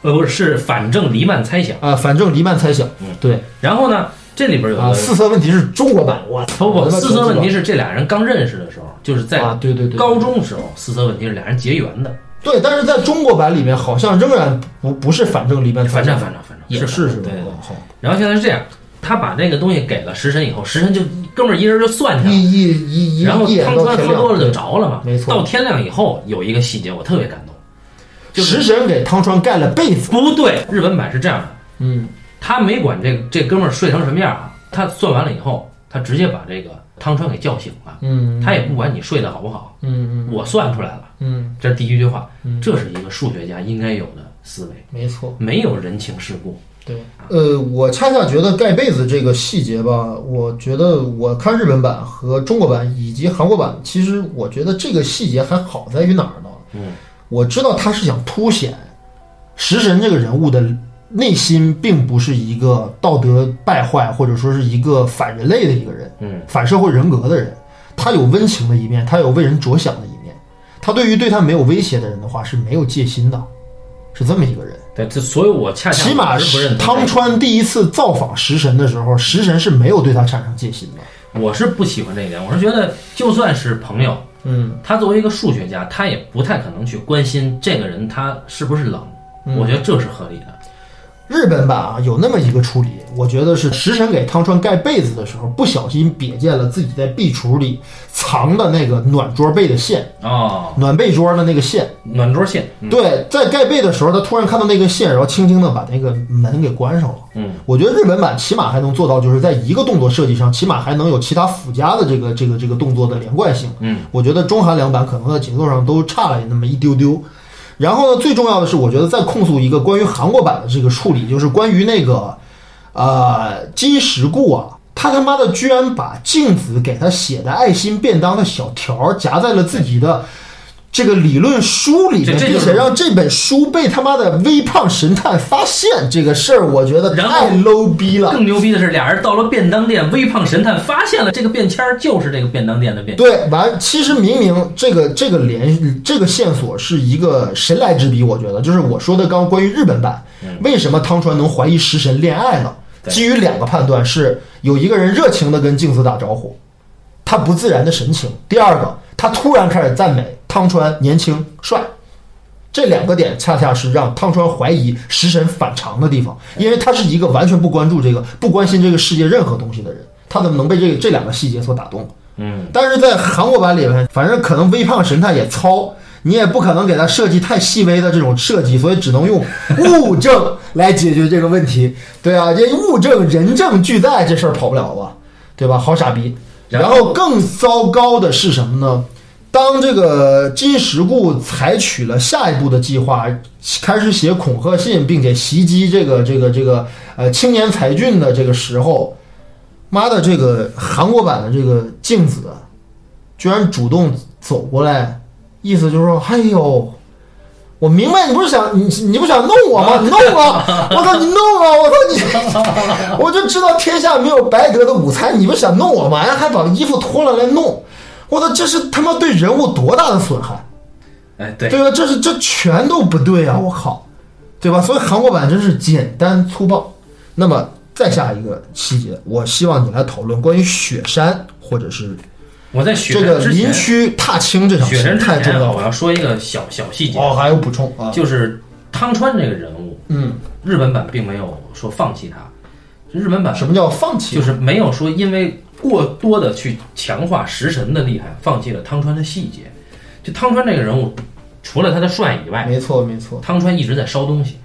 S1: 呃，不是，是反正黎曼猜想。
S2: 啊，反正黎曼猜想，对
S1: 然后呢，这里边有
S2: 啊，
S1: 个
S2: 四色问题是中国版，我操，
S1: 不
S2: 我
S1: 不，
S2: 他妈
S1: 四色问题
S2: 全
S1: 是这俩人刚认识的时候，就是
S2: 知道
S1: 在
S2: 啊，对对对，
S1: 高中时候，四色问题是俩人结缘的，
S2: 对，但是在中国版里面好像仍然不不是反正黎曼猜
S1: 反
S2: 想
S1: 正，反正反正
S2: 也
S1: 是
S2: 是是吧
S1: 对对。对
S2: 哦好
S1: 然后现在是这样，他把这个东西给了食神以后，食神就哥们儿一人就算下来，
S2: 一一一一，
S1: 然后
S2: 一眼
S1: 汤
S2: 到
S1: 川
S2: 天
S1: 喝
S2: 亮
S1: 多了就
S2: 对
S1: 着了嘛。
S2: 没错
S1: 到天亮以后有一个细节我特别感动，就是
S2: 食神给汤川盖了被子。
S1: 不对，日本版是这样的，
S2: 嗯，
S1: 他没管这这哥们儿睡成什么样啊，他算完了以后，他直接把这个汤川给叫醒了，
S2: 嗯
S1: 他也不管你睡得好不好，
S2: 嗯
S1: 我算出来了。
S2: 嗯，
S1: 这是第一句话
S2: 嗯，
S1: 这是一个数学家应该有的思维，
S2: 没错。
S1: 没有人情世故。
S2: 对，呃，我恰恰觉得盖被子这个细节吧，我觉得我看日本版和中国版以及韩国版，其实我觉得这个细节还好在于哪儿呢？
S1: 嗯，
S2: 我知道他是想凸显食神这个人物的内心并不是一个道德败坏或者说是一个反人类的一个人，
S1: 嗯，
S2: 反社会人格的人，他有温情的一面，他有为人着想的一面，他对于对他没有威胁的人的话是没有戒心的，是这么一个人。
S1: 对，这所以我恰恰
S2: 起码
S1: 我是不认
S2: 是
S1: 同
S2: 汤
S1: 这个，
S2: 川第一次造访食神的时候，食神是没有对他产生戒心的。
S1: 我是不喜欢这一点。我是觉得，就算是朋友，
S2: 嗯，
S1: 他作为一个数学家，他也不太可能去关心这个人他是不是冷。
S2: 嗯
S1: 我觉得这是合理的。
S2: 日本版啊有那么一个处理，我觉得是食神给汤川盖被子的时候，不小心瞥见了自己在壁橱里藏的那个暖桌被的线，
S1: 哦，
S2: 暖被桌的那个线。
S1: 暖桌线，嗯
S2: 对，在盖被的时候，他突然看到那个线，然后轻轻的把那个门给关上了。
S1: 嗯，
S2: 我觉得日本版起码还能做到，就是在一个动作设计上，起码还能有其他附加的这个这个这个动作的连贯性。
S1: 嗯，
S2: 我觉得中韩两版可能在节奏上都差了那么一丢丢。然后呢，最重要的是，我觉得再控诉一个关于韩国版的这个处理，就是关于那个，呃，基石固啊，他他妈的居然把镜子给他写的爱心便当的小条儿夹在了自己的这个理论书里面，
S1: 这这就
S2: 并
S1: 是
S2: 且让这本书被他妈的微胖神探发现这个事儿，我觉得
S1: 然
S2: 太
S1: 后
S2: low 逼了。
S1: 更牛逼的是，俩人到了便当店，微胖神探发现了这个便签儿就是这个便当店的便签
S2: 对，完，其实明明这个这个联这个线索是一个神来之笔，我觉得就是我说的刚关于日本版，为什么汤川能怀疑食神恋爱呢？
S1: 对
S2: 基于两个判断是有一个人热情的跟镜子打招呼，他不自然的神情；第二个，他突然开始赞美汤川年轻帅。这两个点恰恰是让汤川怀疑食神反常的地方，因为他是一个完全不关注这个、不关心这个世界任何东西的人，他怎么能被这个这两个细节所打动？但是在韩国版里面，反正可能微胖神探也糙，你也不可能给他设计太细微的这种设计，所以只能用物证来解决这个问题。对啊，这物证人证俱在，这事儿跑不了吧？对吧？好傻逼。
S1: 然
S2: 然
S1: 后
S2: 后更糟糕的是什么呢？当这个金石固采取了下一步的计划，开始写恐吓信，并且袭击这个这个这个呃青年才俊的这个时候，妈的，这个韩国版的这个镜子，居然主动走过来，意思就是说，哎呦，我明白你不是想你你不想弄我吗？你弄啊！我操你弄啊！我操你！我就知道天下没有白得的午餐，你不是想弄我吗？哎，还把衣服脱了来弄，我操，这是他妈对人物多大的损害！
S1: 哎，对，
S2: 对吧？啊这是这全都不对啊！我靠，对吧？所以韩国版真是简单粗暴。那么再下一个细节，我希望你来讨论关于雪山或者是
S1: 我在雪
S2: 这个
S1: 山之
S2: 林
S1: 前，
S2: 区踏青这场
S1: 雪
S2: 事
S1: 山之
S2: 太重
S1: 前啊，
S2: 要
S1: 我
S2: 了。
S1: 要说一个小小细节，
S2: 哦，还有补充啊？
S1: 就是汤川这个人物，
S2: 嗯
S1: 日本版并没有说放弃他，日本版
S2: 什么叫放弃？
S1: 就是没有说因为过多的去强化食神的厉害，放弃了汤川的细节。就汤川这个人物，除了他的帅以外，
S2: 没错，没错，
S1: 汤川一直在烧东西。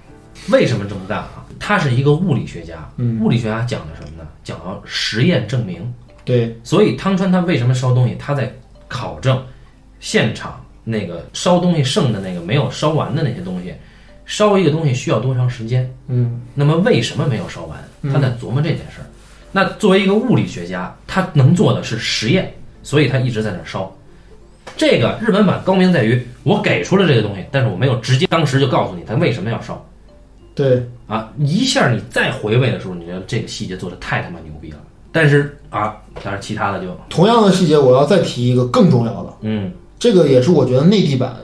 S1: 为什么这么干啊？他是一个物理学家，物理学家讲的什么呢？讲到实验证明。
S2: 对，
S1: 所以汤川他为什么烧东西？他在考证现场那个烧东西剩的那个没有烧完的那些东西，烧一个东西需要多长时间？
S2: 嗯，
S1: 那么为什么没有烧完？他在琢磨这件事儿。那作为一个物理学家，他能做的是实验，所以他一直在那儿烧。这个日本版高明在于，我给出了这个东西，但是我没有直接当时就告诉你它为什么要烧。
S2: 对，
S1: 啊，一下你再回味的时候，你觉得这个细节做的太他妈牛逼了。但是啊，当然其他的就
S2: 同样的细节，我要再提一个更重要的，
S1: 嗯
S2: 这个也是我觉得内地版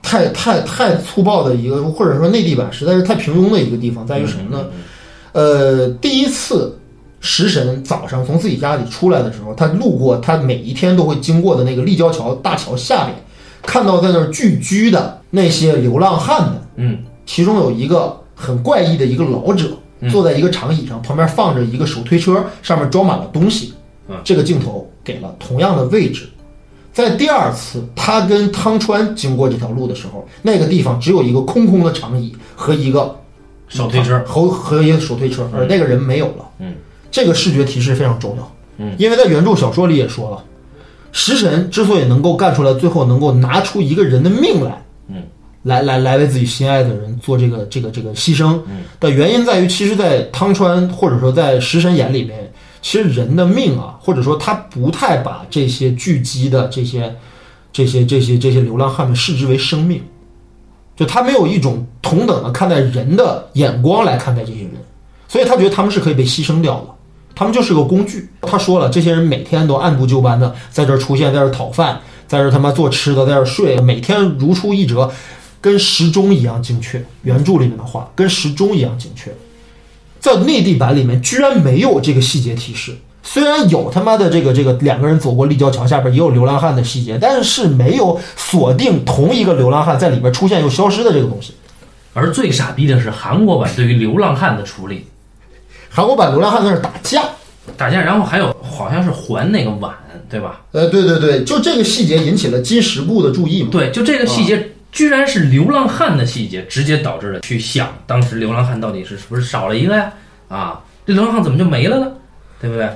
S2: 太太太粗暴的一个，或者说内地版实在是太平庸的一个地方，在于什么呢？呃，第一次食神早上从自己家里出来的时候，他路过他每一天都会经过的那个立交桥大桥下面，看到在那儿聚居的那些流浪汉们，
S1: 嗯，
S2: 其中有一个很怪异的一个老者，坐在一个长椅上，旁边放着一个手推车，上面装满了东西。这个镜头给了同样的位置。在第二次他跟汤川经过这条路的时候，那个地方只有一个空空的长椅和一个
S1: 手推车，
S2: 和和一个手推车，而那个人没有了。
S1: 嗯，
S2: 这个视觉提示非常重要。嗯，因为在原著小说里也说了，食神之所以能够干出来，最后能够拿出一个人的命来，
S1: 嗯，
S2: 来来来为自己心爱的人做这个这个这个牺牲，嗯，的原因在于，其实，在汤川或者说在食神眼里面，其实人的命啊，或者说他不太把这些聚集的这些这些这些这些流浪汉们视之为生命。就他没有一种同等的看待人的眼光来看待这些人，所以他觉得他们是可以被牺牲掉的，他们就是个工具。他说了，这些人每天都按部就班的在这儿出现，在这儿讨饭，在这儿他妈做吃的，在这儿睡，每天如出一辙，跟时钟一样精确。原著里面的话，跟时钟一样精确，在内地版里面居然没有这个细节提示。虽然有他妈的这个这个两个人走过立交桥下边也有流浪汉的细节，但是没有锁定同一个流浪汉在里边出现又消失的这个东西。
S1: 而最傻逼的是韩国版对于流浪汉的处理，
S2: 韩国版流浪汉在那儿打架，
S1: 打架，然后还有好像是还那个碗，对吧？
S2: 呃，对对对，就这个细节引起了金石部的注意嘛。
S1: 对，就这个细节，居然是流浪汉的细节，直接导致了去想当时流浪汉到底是是不是少了一个呀？啊，这流浪汉怎么就没了呢？对不对？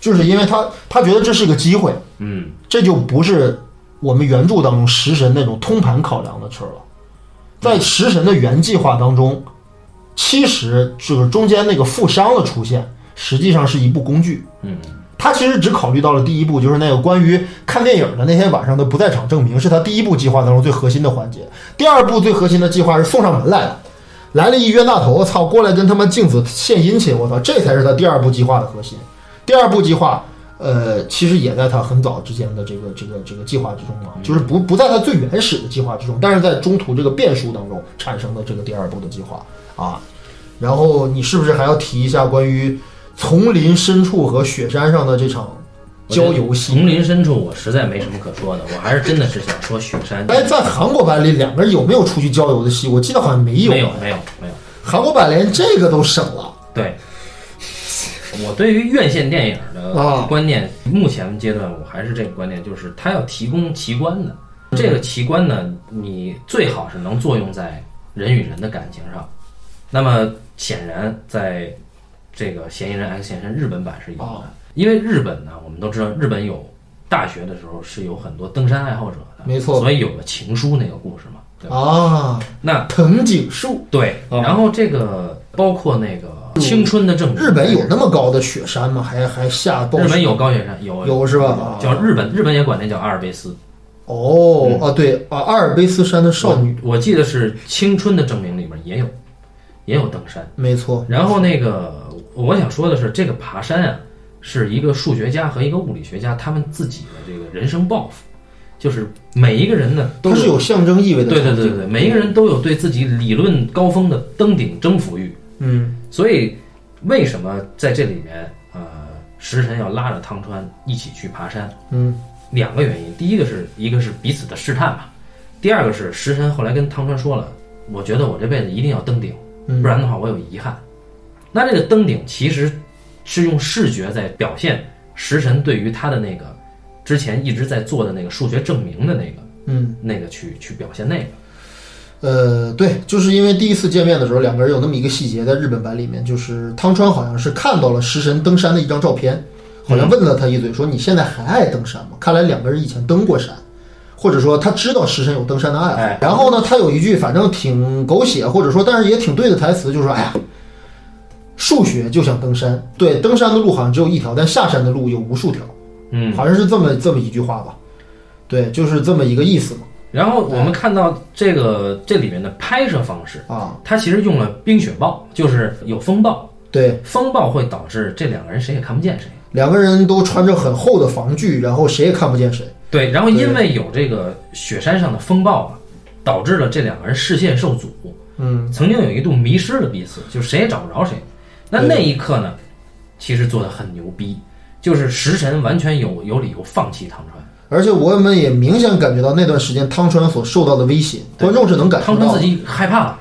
S2: 就是因为他他觉得这是个机会，
S1: 嗯，
S2: 这就不是我们原著当中食神那种通盘考量的事儿了。在食神的原计划当中，其实就是中间那个富商的出现，实际上是一部工具。
S1: 嗯，
S2: 他其实只考虑到了第一步，就是那个关于看电影的那天晚上的不在场证明，是他第一步计划当中最核心的环节。第二步最核心的计划是送上门来了，来了一冤大头，我操，过来跟他妈镜子献殷勤，我操，这才是他第二步计划的核心。第二步计划，呃，其实也在他很早之前的这个这个这个计划之中
S1: 嗯
S2: 嘛，就是不不在他最原始的计划之中，但是在中途这个变数当中产生的这个第二步的计划啊。然后你是不是还要提一下关于丛林深处和雪山上的这场郊游戏？
S1: 丛林深处，我实在没什么可说的，我还是真的是想说雪山。
S2: 哎，在韩国版里，两个人有没有出去郊游的戏？我记得好像没有，
S1: 没有没有没有。
S2: 韩国版连这个都省了。
S1: 对， (laughs) 我对于院线电影的
S2: 啊
S1: 观念，目前阶段我还是这个观念，就是它要提供奇观的。这
S2: 嗯
S1: 个奇观呢，你最好是能作用在人与人的感情上。那么显然，在这个《嫌疑人 X 现身》日本版是有
S2: 哦
S1: 的，因为日本呢，我们都知道，日本有大学的时候是有很多登山爱好者的，
S2: 没错
S1: 所以有了《情书》那个故事嘛，对吧？
S2: 啊，
S1: 那
S2: 藤井树，
S1: 对，
S2: 啊
S1: 然后这个包括那个青春的证据，
S2: 日本有那么高的雪山吗？还还下暴
S1: 日本
S2: 雪？
S1: 有高雪山，有
S2: 有是吧？
S1: 叫日本，日本也管那叫阿尔卑斯
S2: 哦啊，对啊，阿尔卑斯山的少女，
S1: 我。我记得是《青春的证明》里边也有，也有登山。
S2: 没错。
S1: 然后那个我想说的是，这个爬山啊，是一个数学家和一个物理学家他们自己的这个人生抱负，就是每一个人呢都
S2: 它是有象征意味的，
S1: 对对对对，对，每一个人都有对自己理论高峰的登顶征服欲。
S2: 嗯，
S1: 所以为什么在这里面，呃，食神要拉着汤川一起去爬山？
S2: 嗯，
S1: 两个原因，第一个是一个是彼此的试探嘛，第二个是食神后来跟汤川说了，我觉得我这辈子一定要登顶，
S2: 嗯
S1: 不然的话我有遗憾。那这个登顶其实是用视觉在表现食神对于他的那个之前一直在做的那个数学证明的那个
S2: 嗯，
S1: 那个去去表现那个。
S2: 呃，对，就是因为第一次见面的时候，两个人有那么一个细节，在日本版里面，就是汤川好像是看到了食神登山的一张照片，好
S1: 嗯
S2: 像问了他一嘴，说你现在还爱登山吗？看来两个人以前登过山，或者说他知道食神有登山的爱好。
S1: 哎
S2: 然后呢，他有一句反正挺狗血，或者说但是也挺对的台词，就是说，哎呀。数学就像登山，对，登山的路好像只有一条，但下山的路有无数条，
S1: 嗯，
S2: 好像是这么这么一句话吧，对，就是这么一个意思嘛，
S1: 然后我们看到这个这里面的拍摄方式，
S2: 啊，
S1: 它其实用了冰雪暴，就是有风暴，
S2: 对，
S1: 风暴会导致这两个人谁也看不见谁。
S2: 两个人都穿着很厚的防具，然后谁也看不见谁。
S1: 对，然后因为有这个雪山上的风暴啊，导致了这两个人视线受阻，
S2: 嗯，
S1: 曾经有一度迷失了彼此，就是谁也找不着谁。那
S2: 对
S1: 那一刻呢，其实做的很牛逼，就是食神完全有有理由放弃汤川，
S2: 而且我们也明显感觉到那段时间汤川所受到的威胁，
S1: 对
S2: 观众是能感受
S1: 汤川
S2: 到
S1: 自
S2: 的。
S1: 己害怕了。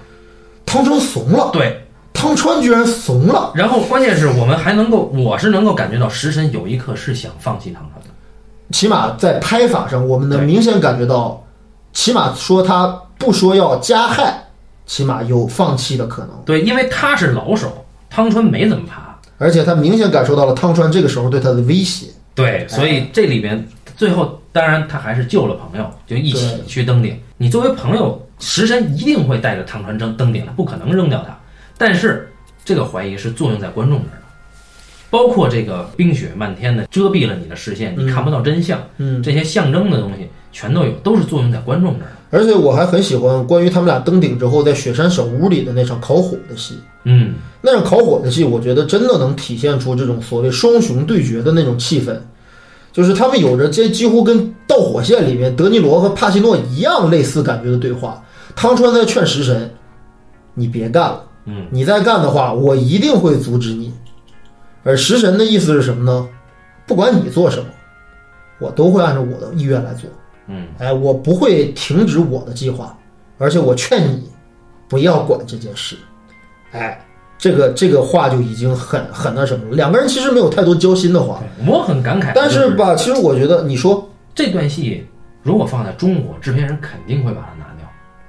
S2: 汤川怂了，
S1: 对，
S2: 汤川居然怂了。
S1: 然后关键是我们还能够，我是能够感觉到食神有一刻是想放弃汤川的。
S2: 起码在拍法上，我们能
S1: 对
S2: 明显感觉到，起码说他不说要加害，起码有放弃的可能。
S1: 对，因为他是老手，汤川没怎么爬。
S2: 而且他明显感受到了汤川这个时候对他的威胁。
S1: 对，所以这里面最后当然他还是救了朋友，就一起
S2: 对
S1: 去登顶。你作为朋友，食神一定会带着汤川登登顶的，不可能扔掉他。但是这个怀疑是作用在观众这儿的，包括这个冰雪漫天的遮蔽了你的视线，你看不到真相，
S2: 嗯，
S1: 这些象征的东西全都有，都是作用在观众这儿的。
S2: 而且我还很喜欢关于他们俩登顶之后在雪山小屋里的那场烤火的戏。
S1: 嗯，
S2: 那场烤火的戏，我觉得真的能体现出这种所谓双雄对决的那种气氛，就是他们有着这几乎跟《导火线》里面德尼罗和帕西诺一样类似感觉的对话。汤川在劝食神：“你别干了，
S1: 嗯，
S2: 你再干的话，我一定会阻止你。”而食神的意思是什么呢？不管你做什么，我都会按照我的意愿来做。
S1: 嗯，
S2: 哎，我不会停止我的计划，而且我劝你不要管这件事。哎，这个这个话就已经很很那什么了。两个人其实没有太多交心的话，
S1: 我很感慨。
S2: 但是，
S1: 嗯
S2: 吧，其实我觉得你说，
S1: 这段戏如果放在中国，制片人肯定会把它拿掉。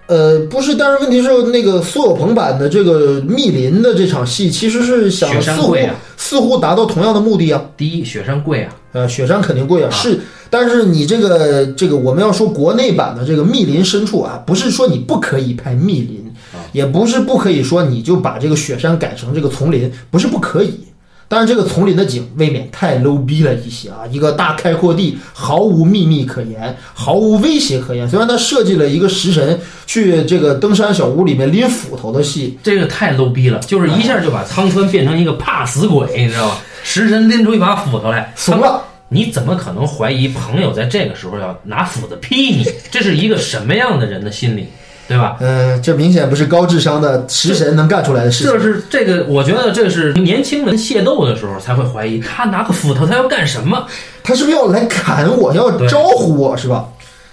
S2: 呃，不是，但是问题是那个苏有朋版的这个密林的这场戏，其实是想
S1: 雪
S2: 似
S1: 山
S2: 乎、
S1: 贵啊
S2: 似乎达到同样的目的啊。
S1: 第一，雪山贵啊，
S2: 呃，雪山肯定贵啊，
S1: 啊
S2: 是，但是你这个这个，我们要说国内版的这个密林深处啊，不是说你不可以拍密林，也不是不可以说你就把这个雪山改成这个丛林，不是不可以。但是这个丛林的景未免太 low 逼了一些啊！一个大开阔地，毫无秘密可言，毫无威胁可言。虽然他设计了一个食神去这个登山小屋里面拎斧头的戏，
S1: 这个太 low 逼了，就是一下就把苍川变成一个怕死鬼，你知道吧？食神拎出一把斧头来，
S2: 怂了。
S1: 你怎么可能怀疑朋友在这个时候要拿斧子劈 (laughs) 你？这是一个什么样的人的心理，对吧？
S2: 嗯、这明显不是高智商的食神能干出来的事情。
S1: 这是这个，我觉得这是年轻人械斗的时候才会怀疑，他拿个斧头他要干什么？
S2: 他是不是要来砍我，要
S1: 对
S2: 招呼我是吧？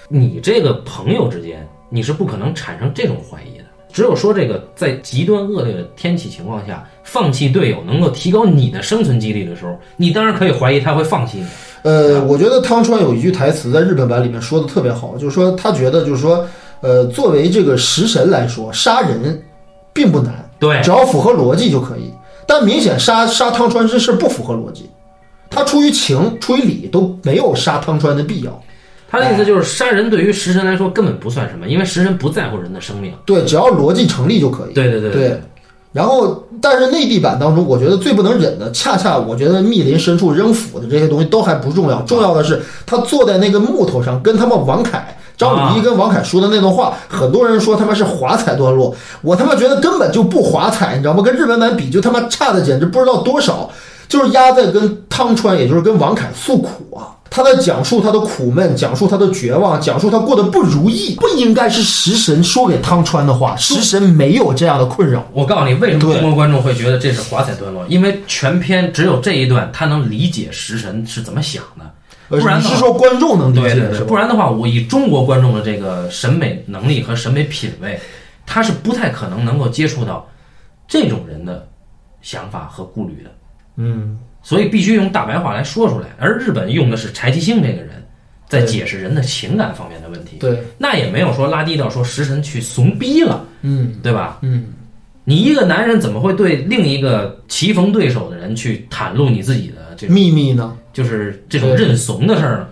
S1: 你这个朋友之间，你是不可能产生这种怀疑的。只有说这个在极端恶劣的天气情况下，放弃队友能够提高你的生存几率的时候，你当然可以怀疑他会放弃你。啊
S2: 呃，我觉得汤川有一句台词在日本版里面说的特别好，就是说他觉得就是说，呃，作为这个食神来说，杀人并不难，
S1: 对
S2: 只要符合逻辑就可以。但明显杀杀汤川这事儿不符合逻辑，他出于情出于理都没有杀汤川的必要。
S1: 他的意思就是，杀人对于食神来说根本不算什么，因为食神不在乎人的生命。
S2: 对，只要逻辑成立就可以。
S1: 对对对
S2: 对然后，但是内地版当中，我觉得最不能忍的，恰恰我觉得密林深处扔斧的这些东西都还不重要，重要的是他坐在那个木头上，跟他们王凯、张鲁一跟王凯说的那段话，很多人说他妈是华彩段落，我他妈觉得根本就不华彩，你知道吗？跟日本版比，就他妈差的简直不知道多少，就是压在跟汤川，也就是跟王凯诉苦啊。他在讲述他的苦闷，讲述他的绝望，讲述他过得不如意，不应该是食神说给汤川的话。食神没有这样的困扰，
S1: 我告诉你，为什么
S2: 对
S1: 中国观众会觉得这是华彩段落？因为全篇只有这一段，他能理解食神是怎么想的。
S2: 呃
S1: 不然
S2: 你
S1: 呢
S2: 是说观众能理
S1: 对
S2: 解
S1: 对
S2: 是
S1: 对，
S2: 吧？
S1: 不然的话，我以中国观众的这个审美能力和审美品味，他是不太可能能够接触到这种人的想法和顾虑的，
S2: 嗯，
S1: 所以必须用大白话来说出来。而日本用的是柴崎幸这个人在
S2: 对
S1: 解释人的情感方面的问题，
S2: 对，
S1: 那也没有说拉低到说食神去怂逼了，
S2: 嗯
S1: 对吧？
S2: 嗯，
S1: 你一个男人怎么会对另一个棋逢对手的人去袒露你自己的这种
S2: 秘密呢？
S1: 就是这种
S2: 对
S1: 认怂的事儿呢？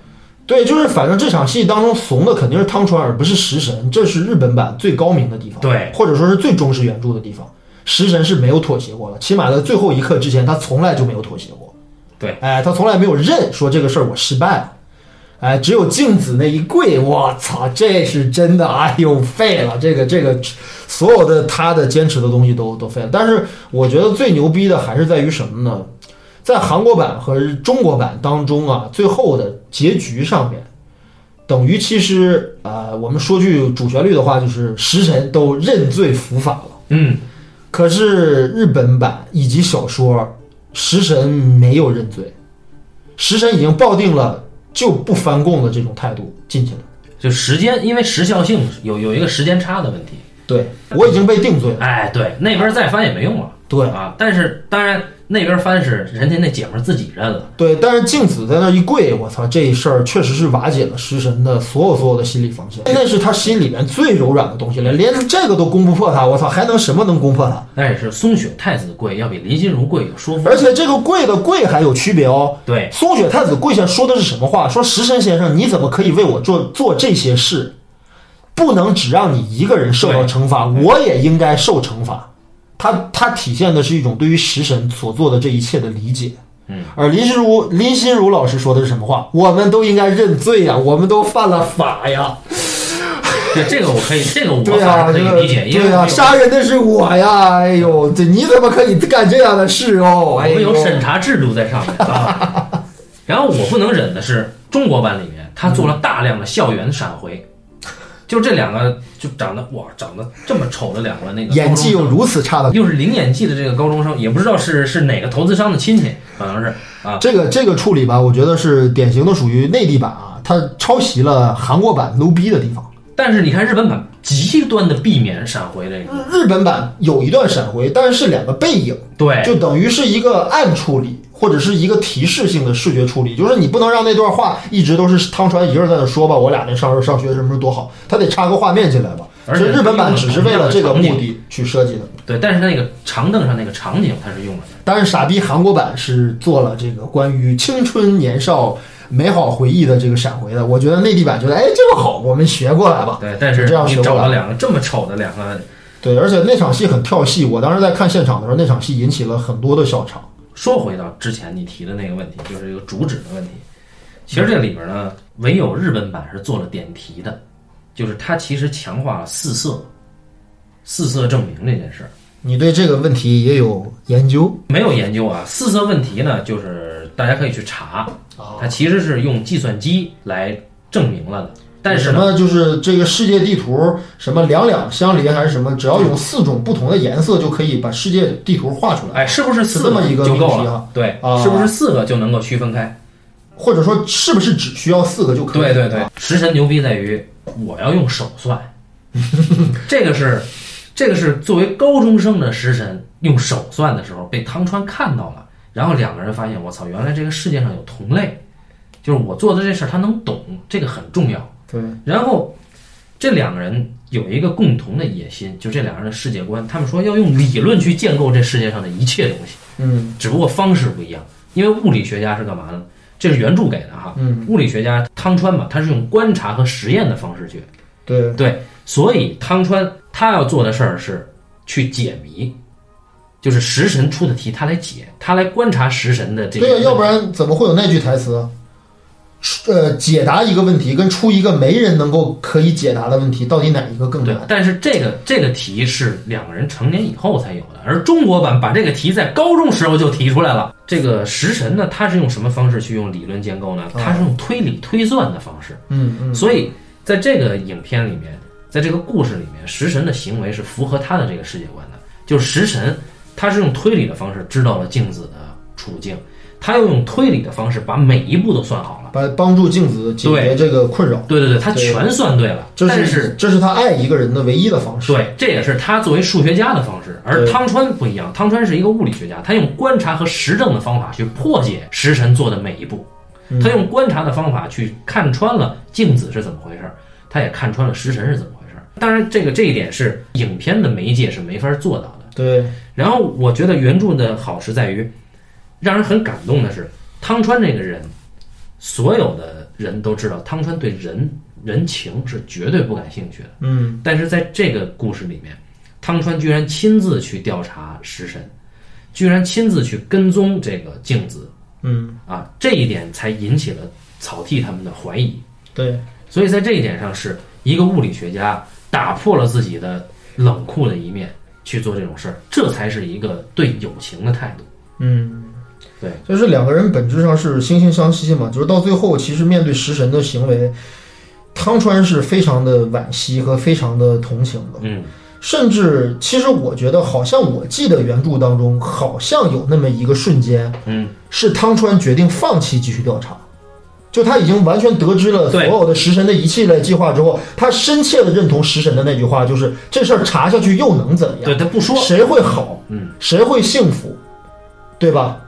S2: 对，就是反正这场戏当中怂的肯定是汤川，而不是食神，这是日本版最高明的地方，
S1: 对
S2: 或者说是最忠实原著的地方。食神是没有妥协过的，起码在最后一刻之前，他从来就没有妥协过。
S1: 对，
S2: 哎，他从来没有认说这个事儿我失败了。哎，只有镜子那一跪，我操，这是真的，哎呦，废了！这个这个，所有的他的坚持的东西都都废了。但是我觉得最牛逼的还是在于什么呢？在韩国版和中国版当中啊，最后的结局上面，等于其实呃，我们说句主旋律的话，就是食神都认罪伏法了。
S1: 嗯，
S2: 可是日本版以及小说，食神没有认罪，食神已经抱定了就不翻供的这种态度进去了。
S1: 就时间，因为时效性有有一个时间差的问题。
S2: 对我已经被定罪了。
S1: 哎，对，那边再翻也没用了。
S2: 对
S1: 啊，但是当然那边翻是人家那姐们儿自己认了。
S2: 对，但是静子在那一跪，我操，这一事儿确实是瓦解了食神的所有所有的心理防线，那是他心里面最柔软的东西了，连这个都攻不破他，我操，还能什么能攻破他？
S1: 那也是松雪太子贵要比林心如贵有说服力，
S2: 而且这个跪的跪还有区别哦。
S1: 对
S2: 松雪太子跪下说的是什么话？说食神先生，你怎么可以为我做做这些事？不能只让你一个人受到惩罚，我也应该受惩罚。他他体现的是一种对于食神所做的这一切的理解。
S1: 嗯，
S2: 而林心如林心如老师说的是什么话？我们都应该认罪呀、我们都犯了法呀。
S1: 对这个我
S2: (laughs)
S1: 可以，这个我
S2: 对
S1: 反
S2: 啊，
S1: 而可
S2: 这
S1: 以
S2: 个
S1: 理解，因为
S2: 对
S1: 我
S2: 啊，
S1: 们有
S2: 杀人的是我呀！哎呦，这你怎么可以干这样的事哦？
S1: 我
S2: 哎
S1: 们
S2: 呦
S1: 有，审查制度在上面啊。
S2: (laughs)
S1: 然后我不能忍的是，中国版里面他做了大量的校园闪回，就这两个就长得哇长得这么丑的两个那个
S2: 演技
S1: 高
S2: 又
S1: 中生
S2: 如此差的
S1: 又是零演技的这个高中生，也不知道是是哪个投资商的亲戚，可能是啊，
S2: 这个这个处理吧，我觉得是典型的属于内地版啊，它抄袭了韩国版 low 逼的地方。
S1: 但是你看日本版极端的避免闪回这个，
S2: 日本版有一段闪回，但是是两个背影，
S1: 对，
S2: 就等于是一个暗处理，或者是一个提示性的视觉处理，就是你不能让那段话一直都是汤川一个人在那说吧，我俩那上上学什么时候多好，他得插个画面进来吧。
S1: 而且
S2: 所以日本版只是为了这个目的去设计的，
S1: 对，但是那个长凳上那个场景它是用了的，
S2: 但是傻逼韩国版是做了这个关于青春年少美好回忆的这个闪回的，我觉得内地版觉得哎这个好，我们学过来吧。
S1: 对，但是
S2: 这样
S1: 你
S2: 学过
S1: 找
S2: 来
S1: 了两个这么丑的两个，
S2: 对，而且那场戏很跳戏，我当时在看现场的时候，那场戏引起了很多的笑场。
S1: 说回到之前你提的那个问题，就是这个主旨的问题。其实这里边呢，唯有日本版是做了点题的，就是它其实强化了四色、四色证明这件事儿。
S2: 你对这个问题也有研究
S1: 没有研究啊，四色问题呢，就是大家可以去查，
S2: 啊？
S1: 它其实是用计算机来证明了的。但是
S2: 什
S1: 呢，
S2: 么就是这个世界地图什么两两相邻还是什么，只要有四种不同的颜色就可以把世界地图画出来，
S1: 哎，是不是四
S2: 是这么一个
S1: 就够
S2: 命题
S1: 了？
S2: 啊
S1: 对，
S2: 啊
S1: 是不是四个就能够区分开？
S2: 或者说是不是只需要四个就可以？啊
S1: 对对对，食神牛逼在于我要用手算， (laughs) 这个是这个是作为高中生的食神用手算的时候被汤川看到了，然后两个人发现我操，原来这个世界上有同类，就是我做的这事儿他能懂，这个很重要。
S2: 对，
S1: 然后这两个人有一个共同的野心，就这两个人的世界观，他们说要用理论去建构这世界上的一切东西。
S2: 嗯
S1: 只不过方式不一样。因为物理学家是干嘛呢？这是原著给的哈。
S2: 嗯，
S1: 物理学家汤川嘛，他是用观察和实验的方式去。
S2: 对，
S1: 对，所以汤川他要做的事儿是去解谜，就是食神出的题他来解，他来观察食神的这个。
S2: 对呀，要不然怎么会有那句台词啊？出呃，解答一个问题跟出一个没人能够可以解答的问题，到底哪一个更
S1: 对
S2: 难？，
S1: 但是这个这个题是两个人成年以后才有的，而中国版把这个题在高中时候就提出来了。这个食神呢，他是用什么方式去用理论建构呢？他是用推理推算的方式。
S2: 嗯嗯，
S1: 所以在这个影片里面，在这个故事里面，食神的行为是符合他的这个世界观的。就是食神，他是用推理的方式知道了镜子的处境，他又用推理的方式把每一步都算好了。
S2: 呃，帮助镜子解决
S1: 对
S2: 这个困扰，
S1: 对对对，他
S2: 对
S1: 全算对了，
S2: 这
S1: 但
S2: 是这是他爱一个人的唯一的方式。
S1: 对，这也是他作为数学家的方式，而
S2: 对
S1: 汤川不一样，汤川是一个物理学家，他用观察和实证的方法去破解食神做的每一步，
S2: 嗯
S1: 他用观察的方法去看穿了镜子是怎么回事儿，他也看穿了食神是怎么回事儿。当然，这个这一点是影片的媒介是没法做到的。
S2: 对，
S1: 然后我觉得原著的好是在于，让人很感动的是，汤川这个人，所有的人都知道汤川对人人情是绝对不感兴趣的。
S2: 嗯
S1: 但是在这个故事里面，汤川居然亲自去调查食神，居然亲自去跟踪这个镜子
S2: 嗯，
S1: 啊，这一点才引起了草剃他们的怀疑。
S2: 对，
S1: 所以在这一点上，是一个物理学家打破了自己的冷酷的一面去做这种事儿，这才是一个对友情的态度。
S2: 嗯，
S1: 对，
S2: 就是两个人本质上是惺惺相惜嘛，就是到最后，其实面对食神的行为，汤川是非常的惋惜和非常的同情的，
S1: 嗯，
S2: 甚至其实我觉得，好像我记得原著当中，好像有那么一个瞬间，
S1: 嗯，
S2: 是汤川决定放弃继续调查。就他已经完全得知了所
S1: 对
S2: 有的食神的一系列计划之后，他深切的认同食神的那句话，就是这事儿查下去又能怎样？
S1: 对他不说，
S2: 谁会好？
S1: 嗯，
S2: 谁会幸福？对吧？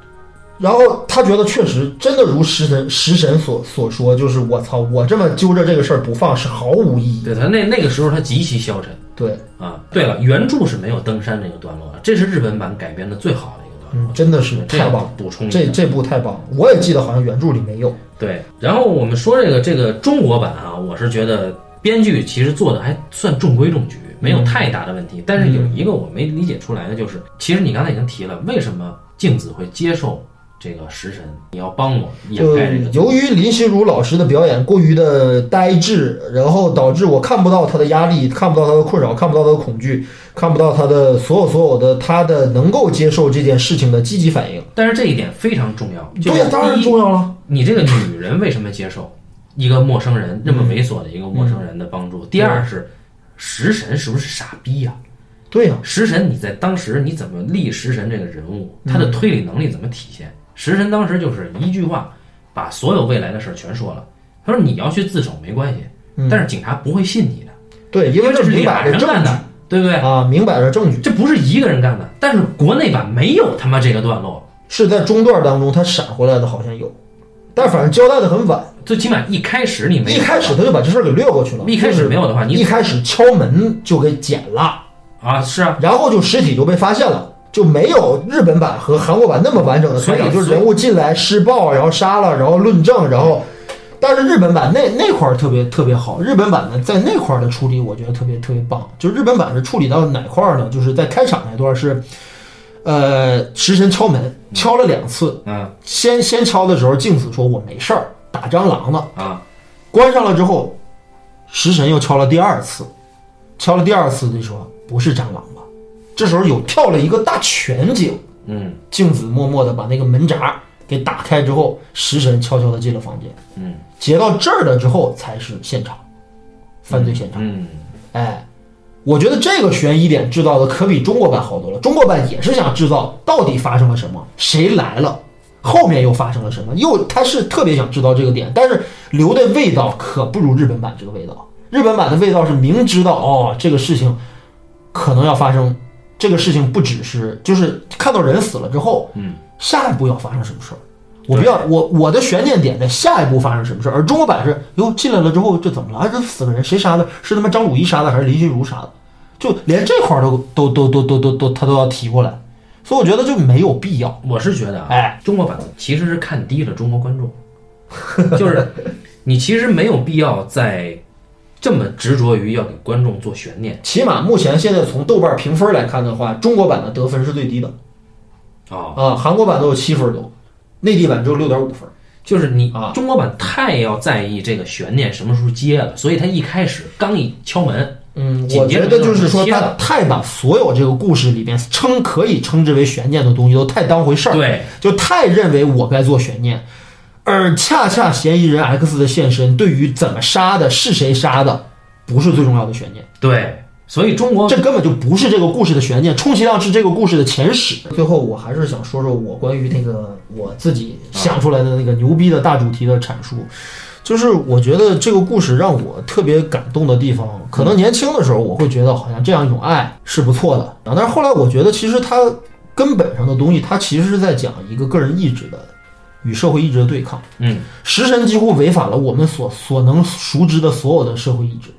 S2: 然后他觉得确实真的如食神食神所所说，就是我操，我这么揪着这个事儿不放是毫无意义的。
S1: 对他那那个时候他极其消沉。
S2: 对，
S1: 啊，对了，原著是没有登山这个段落的，这是日本版改编的最好的一个段
S2: 嗯
S1: 落，，
S2: 真的是
S1: 这
S2: 太
S1: 要
S2: 棒了，
S1: 补充一下
S2: 这这部太棒了。我也记得好像原著里没有。
S1: 对。然后我们说这个这个中国版啊，我是觉得编剧其实做的还算中规中矩，没
S2: 嗯
S1: 有太大的问题。但是有一个我没理解出来的就是，其实你刚才已经提了，为什么镜子会接受这个食神？你要帮我掩
S2: 就
S1: 盖这个罪，
S2: 由于林心如老师的表演过于的呆滞，然后导致我看不到她的压力，看不到她的困扰，看不到她的恐惧，看不到她的所有所有的她的能够接受这件事情的积极反应。
S1: 但是这一点非常重要。就是
S2: 对呀，当然
S1: 第一
S2: 重要了。
S1: 你这个女人为什么接受一个陌生人这么
S2: 嗯
S1: 猥琐的一个陌生人的帮助？第二是食神是不是傻逼呀、
S2: 对呀、
S1: 食神你在当时你怎么立食神这个人物？他
S2: 嗯
S1: 的推理能力怎么体现？食神当时就是一句话把所有未来的事儿全说了。他说你要去自首没关系，但是警察不会信你的，
S2: 对，嗯因为
S1: 这
S2: 这
S1: 是
S2: 明
S1: 俩
S2: 摆着
S1: 人
S2: 证
S1: 干
S2: 据
S1: 的，对不对？
S2: 啊，明摆着证据
S1: 这不是一个人干的，但是国内版没有他妈这个段落，
S2: 是在中段当中他闪回来的，好像有，但反正交代的很晚，
S1: 最起码一开始你没
S2: 一
S1: 有
S2: 开始他就把这事儿给略过去了，
S1: 一开
S2: 就
S1: 始
S2: 是
S1: 没有的话，
S2: 一
S1: 你
S2: 开始敲门就给剪了，
S1: 啊是啊，
S2: 然后就尸体就被发现了。就没有日本版和韩国版那么完整的
S1: 所
S2: 推理，
S1: 以
S2: 就是人物进来施暴，啊然后杀了，然后论证，
S1: 嗯
S2: 然后，但是日本版那那块儿特别特别好，日本版呢在那块儿的处理，我觉得特别特别棒。就日本版是处理到哪块儿呢？就是在开场那段是，呃，食神敲门敲了两次，
S1: 嗯
S2: 先先敲的时候，镜子说我没事儿，打蟑螂呢。
S1: 啊。
S2: 关上了之后，食神又敲了第二次，敲了第二次就说不是蟑螂吧？这时候有跳了一个大全景，
S1: 嗯
S2: 镜子默默地把那个门闸给打开之后，食神悄悄地进了房间。
S1: 嗯
S2: 截到这儿了之后才是现场，犯罪现场。
S1: 嗯，
S2: 哎，我觉得这个悬疑点制造的可比中国版好多了。中国版也是想制造到底发生了什么，谁来了，后面又发生了什么，又他是特别想制造这个点，但是留的味道可不如日本版这个味道。日本版的味道是明知道哦，这个事情可能要发生，这个事情不只是就是看到人死了之后，
S1: 嗯，
S2: 下一步要发生什么事儿。我不要我我的悬念点在下一步发生什么事儿，而中国版是哟进来了之后这怎么了？啊这死个人谁杀的？是他妈张鲁一杀的还是林心如杀的？就连这块儿都都都都都都都他都要提过来，所以我觉得就没有必要。
S1: 我是觉得啊，
S2: 哎，
S1: 中国版其实是看低了中国观众， (laughs) 就是你其实没有必要再这么执着于要给观众做悬念
S2: 起码目前现在从豆瓣评分来看的话，中国版的得分是最低的
S1: 啊、
S2: 啊，韩国版都有七分多，内地版只有六点五分。
S1: 就是你
S2: 啊
S1: 中国版太要在意这个悬念什么时候接了，所以他一开始刚一敲门，
S2: 嗯我
S1: 紧接
S2: 觉
S1: 着
S2: 得就是说，
S1: 就是贴
S2: 他
S1: 了
S2: 太把所有这个故事里边称可以称之为悬念的东西都太当回事儿，
S1: 对，
S2: 就太认为我该做悬念，而恰恰嫌疑人 X 的现身对于怎么杀的、是谁杀的，不是最重要的悬念。
S1: 对，所以中国
S2: 这根本就不是这个故事的悬念，充其量是这个故事的前史。最后，我还是想说说我关于那个我自己想出来的那个牛逼的大主题的阐述，就是我觉得这个故事让我特别感动的地方，可能年轻的时候我会觉得好像这样一种爱是不错的，啊但是后来我觉得其实它根本上的东西，它其实是在讲一个个人意志的与社会意志的对抗。
S1: 嗯，
S2: 食神几乎违反了我们所所能熟知的所有的社会意志，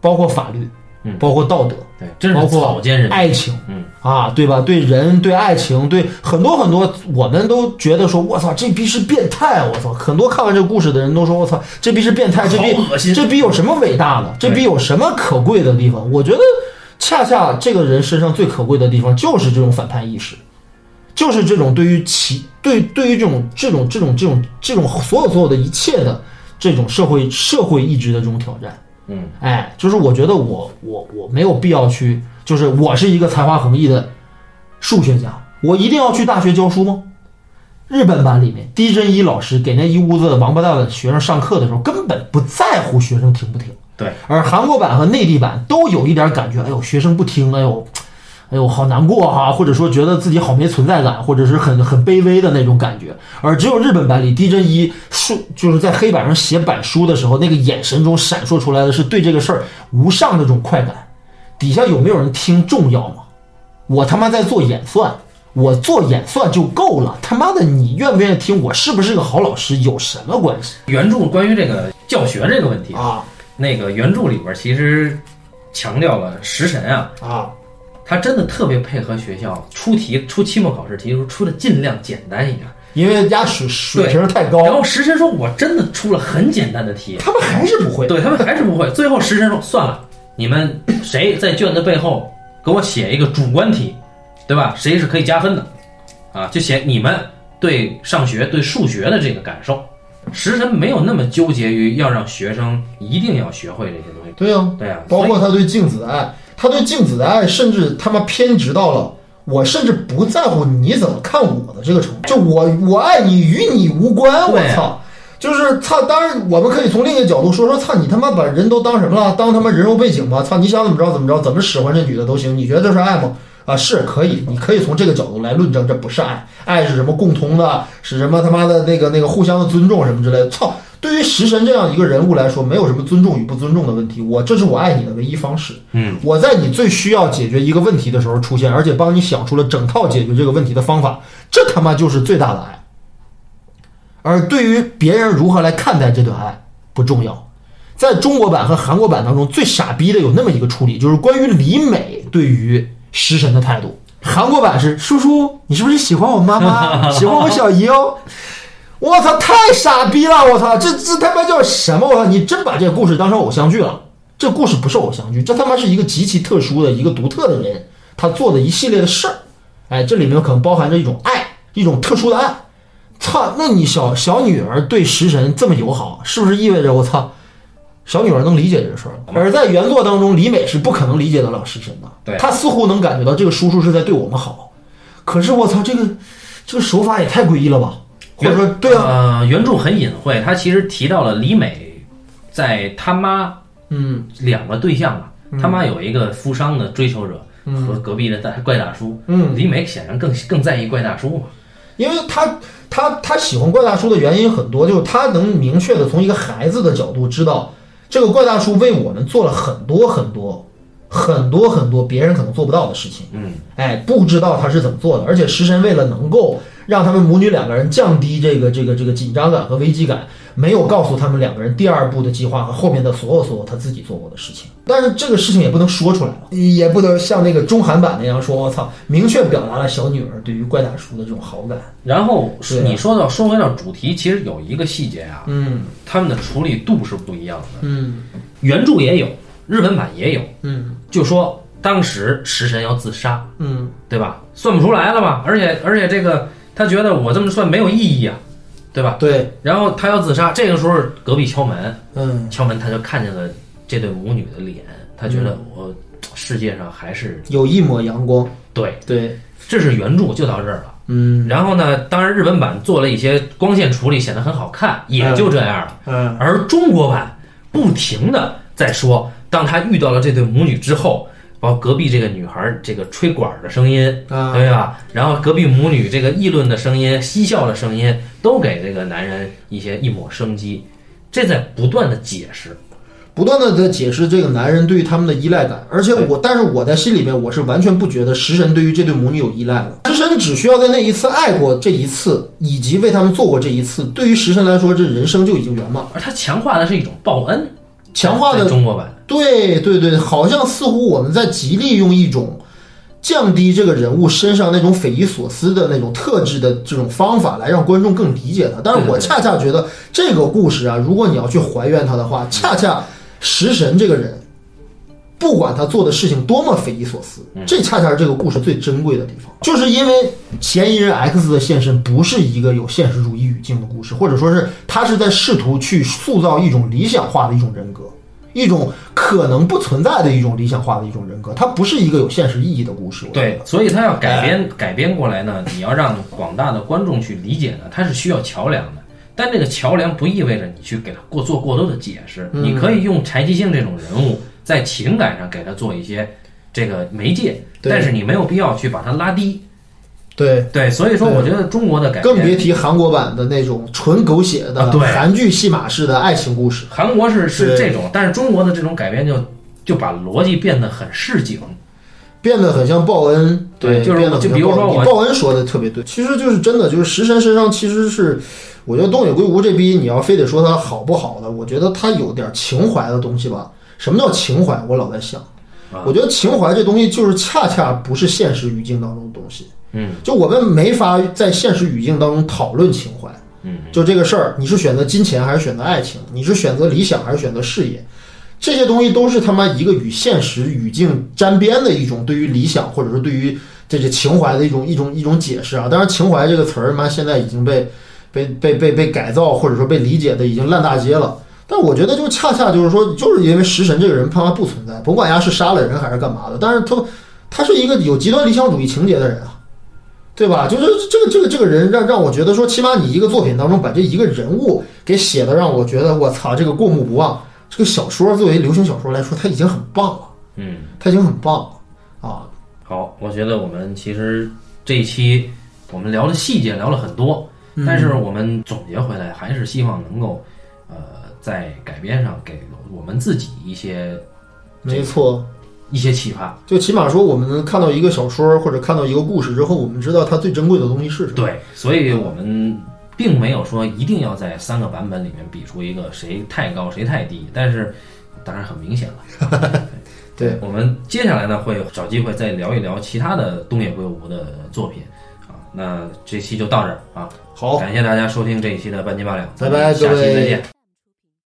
S2: 包括法律，
S1: 嗯
S2: 包括道德。
S1: 对，真是草菅人命。
S2: 爱情，
S1: 嗯
S2: 啊，对吧？对人，对爱情，对很多很多，我们都觉得说，我操，这逼是变态！啊我操，很多看完这个故事的人都说，我操，这逼是变态，这逼
S1: 好恶心
S2: 这逼有什么伟大的？这逼有什么可贵的地方？我觉得，恰恰这个人身上最可贵的地方就是这种反叛意识，就是这种对于其对对于这种这种这种这种这种所有所有的一切的这种社会社会意志的这种挑战。
S1: 嗯，
S2: 哎，就是我觉得我我我没有必要去，就是我是一个才华横溢的数学家，我一定要去大学教书吗？日本版里面，低真一老师给那一屋子王八蛋的学生上课的时候，根本不在乎学生听不听。
S1: 对，
S2: 而韩国版和内地版都有一点感觉，哎呦，学生不听，哎呦，哎呦，好难过哈、或者说觉得自己好没存在感，或者是很很卑微的那种感觉。而只有日本版里，地震一书就是在黑板上写板书的时候，那个眼神中闪烁出来的是对这个事儿无上的这种快感。底下有没有人听重要吗？我他妈在做演算，我做演算就够了。他妈的，你愿不愿意听我是不是个好老师有什么关系
S1: 原著关于这个教学这个问题，
S2: 啊
S1: 那个原著里边其实强调了食神啊，
S2: 啊！
S1: 他真的特别配合学校出题出期末考试题的时候出的尽量简单一点。
S2: 因为压水水平太
S1: 然
S2: 高，
S1: 后食神说：“我真的出了很简单的题。
S2: 他们还是不”会。
S1: 对他们还是不会。最后食神说：“算了，你们谁在卷子背后给我写一个主观题，对吧？谁是可以加分的？啊，就写你们对上学、对数学的这个感受。”食神没有那么纠结于要让学生一定要学会这些东西。
S2: 对呀、
S1: 对啊，
S2: 包
S1: 所以
S2: 括他对静子的爱，他对静子的爱，甚至他妈偏执到了我甚至不在乎你怎么看我的这个程度，就我我爱你与你无关，我
S1: 对
S2: 操！就是操，当然我们可以从另一个角度说说，操你他妈把人都当什么了？当他妈人肉背景吧？操，你想怎么着怎么着，怎么使唤这女的都行，你觉得这是爱吗？啊，是可以，你可以从这个角度来论证，这不是爱，爱是什么共同的，是什么他妈的那个那个互相的尊重什么之类的。操，对于食神这样一个人物来说，没有什么尊重与不尊重的问题，我这是我爱你的唯一方式。
S1: 嗯，
S2: 我在你最需要解决一个问题的时候出现，而且帮你想出了整套解决这个问题的方法，这他妈就是最大的爱。而对于别人如何来看待这段爱不重要，在中国版和韩国版当中，最傻逼的有那么一个处理，就是关于李美对于食神的态度。韩国版是叔叔，你是不是喜欢我妈妈，喜欢我小姨哦？我操，太傻逼了！我操，这这他妈叫什么？我操，你真把这个故事当成偶像剧了？这故事不是偶像剧，这他妈是一个极其特殊的一个独特的人他做的一系列的事儿。哎，这里面可能包含着一种爱，一种特殊的爱。操，那你小小女儿对食神这么友好，是不是意味着我操，小女儿能理解这个事儿了？而在原作当中，李美是不可能理解得了食神的，
S1: 对
S2: 她似乎能感觉到这个叔叔是在对我们好，可是我操，这个这个手法也太诡异了吧？或者说，对啊，
S1: 呃，原著很隐晦，他其实提到了李美在他妈
S2: 嗯，
S1: 两个对象嘛，他妈有一个富商的追求者和隔壁的大怪大叔，
S2: 嗯
S1: 李美显然更更在意怪大叔嘛，
S2: 因为他他他喜欢怪大叔的原因很多，就是他能明确的从一个孩子的角度知道，这个怪大叔为我们做了很多很多很多很多别人可能做不到的事情。
S1: 嗯，
S2: 哎，不知道他是怎么做的，而且食神为了能够让他们母女两个人降低这个这个这个紧张感和危机感，没有告诉他们两个人第二步的计划和后面的所有所有他自己做过的事情。但是这个事情也不能说出来了，也不能像那个中韩版那样说，我操，明确表达了小女儿对于怪大叔的这种好感。
S1: 然后
S2: 对啊
S1: 你说到说回到主题，其实有一个细节啊，
S2: 嗯
S1: 他们的处理度是不一样的，
S2: 嗯
S1: 原著也有，日本版也有，
S2: 嗯
S1: 就说当时食神要自杀，
S2: 嗯
S1: 对吧？算不出来了吧？而且而且这个他觉得我这么算没有意义啊，对吧？
S2: 对，
S1: 然后他要自杀，这个时候隔壁敲门，
S2: 嗯，
S1: 敲门他就看见了这对母女的脸，他觉
S2: 嗯
S1: 得我世界上还是
S2: 有一抹阳光。
S1: 对，
S2: 对，
S1: 这是原著就到这儿了。
S2: 嗯
S1: 然后呢，当然日本版做了一些光线处理，显得很好看，也就这样了。
S2: 嗯
S1: 而中国版不停的在说，当他遇到了这对母女之后，包括隔壁这个女孩儿这个吹管儿的声音，
S2: 啊
S1: 对吧？然后隔壁母女这个议论的声音、嬉笑的声音，都给这个男人一些一抹生机，这在不断的解释。
S2: 不断的在解释这个男人对于他们的依赖感，而且我，但是我在心里面我是完全不觉得食神对于这对母女有依赖的。食神只需要在那一次爱过这一次，以及为他们做过这一次，对于食神来说，这人生就已经圆满了。
S1: 而他强化的是一种报恩，
S2: 强化
S1: 在
S2: 的，
S1: 中国版
S2: 对对对，好像似乎我们在极力用一种降低这个人物身上那种匪夷所思的那种特质的这种方法来让观众更理解他。但是我
S1: 对对对
S2: 恰恰觉得这个故事啊，如果你要去还原他的话，恰恰食神这个人，不管他做的事情多么匪夷所思，
S1: 嗯
S2: 这恰恰是这个故事最珍贵的地方。就是因为嫌疑人 X 的现身不是一个有现实主义语境的故事，或者说是他是在试图去塑造一种理想化的一种人格。一种可能不存在的一种理想化的一种人格，它不是一个有现实意义的故事。我觉得
S1: 对，所以他要改
S2: 哎
S1: 编改编过来呢，你要让广大的观众去理解呢，它是需要桥梁的。但这个桥梁不意味着你去给他过做过多的解释，
S2: 嗯
S1: 你可以用柴崎幸这种人物在情感上给他做一些这个媒介，
S2: 对
S1: 但是你没有必要去把它拉低。
S2: 对，
S1: 对，所以说我觉得中国的改
S2: 更别
S1: 编，
S2: 提韩国版的那种纯狗血的、
S1: 啊对
S2: 韩剧戏码式的爱情故事。
S1: 韩国是是
S2: 对
S1: 这种，但是中国的这种改编就就把逻辑变得很市井。
S2: 变得很像报恩，哎
S1: 对就是
S2: 变得很像
S1: 就比如说
S2: 报恩
S1: 我
S2: 你报恩说的特别对，其实就是真的，就是食神身上其实是，我觉得东野圭吾这逼，你要非得说他好不好的，我觉得他有点情怀的东西吧。什么叫情怀？我老在想
S1: 啊，
S2: 我觉得情怀这东西就是恰恰不是现实语境当中的东西，
S1: 嗯，
S2: 就我们没法在现实语境当中讨论情怀，
S1: 嗯，
S2: 就这个事儿，你是选择金钱还是选择爱情？你是选择理想还是选择事业？这些东西都是他妈一个与现实语境沾边的一种对于理想或者是对于这些情怀的一种一种一种解释啊。当然，情怀这个词儿，妈现在已经被被被被被改造或者说被理解的已经烂大街了。但我觉得就恰恰就是说，就是因为食神这个人他妈不存在，甭管他是杀了人还是干嘛的，但是他他是一个有极端理想主义情节的人啊。对吧？就是这个这个这个人让让我觉得说，起码你一个作品当中把这一个人物给写的，让我觉得我操，这个过目不忘。这个小说作为流行小说来说，它已经很棒了，
S1: 嗯，
S2: 它已经很棒了啊！
S1: 好，我觉得我们其实这一期我们聊的细节聊了很多，但是我们总结回来还是希望能够，呃，在改编上给我们自己一些
S2: 没错，
S1: 一些启发。
S2: 就起码说我们能看到一个小说或者看到一个故事之后，我们知道它最珍贵的东西是什么。
S1: 对，所以我们并没有说一定要在三个版本里面比出一个谁太高谁太低，但是当然很明显了。
S2: 对，
S1: 我们接下来呢会找机会再聊一聊其他的东野圭吾的作品啊。那这期就到这儿啊，
S2: 好，
S1: 感谢大家收听这一期的半斤八两，
S2: 拜拜，
S1: 咱
S2: 各
S1: 们下期再
S2: 位
S1: 见。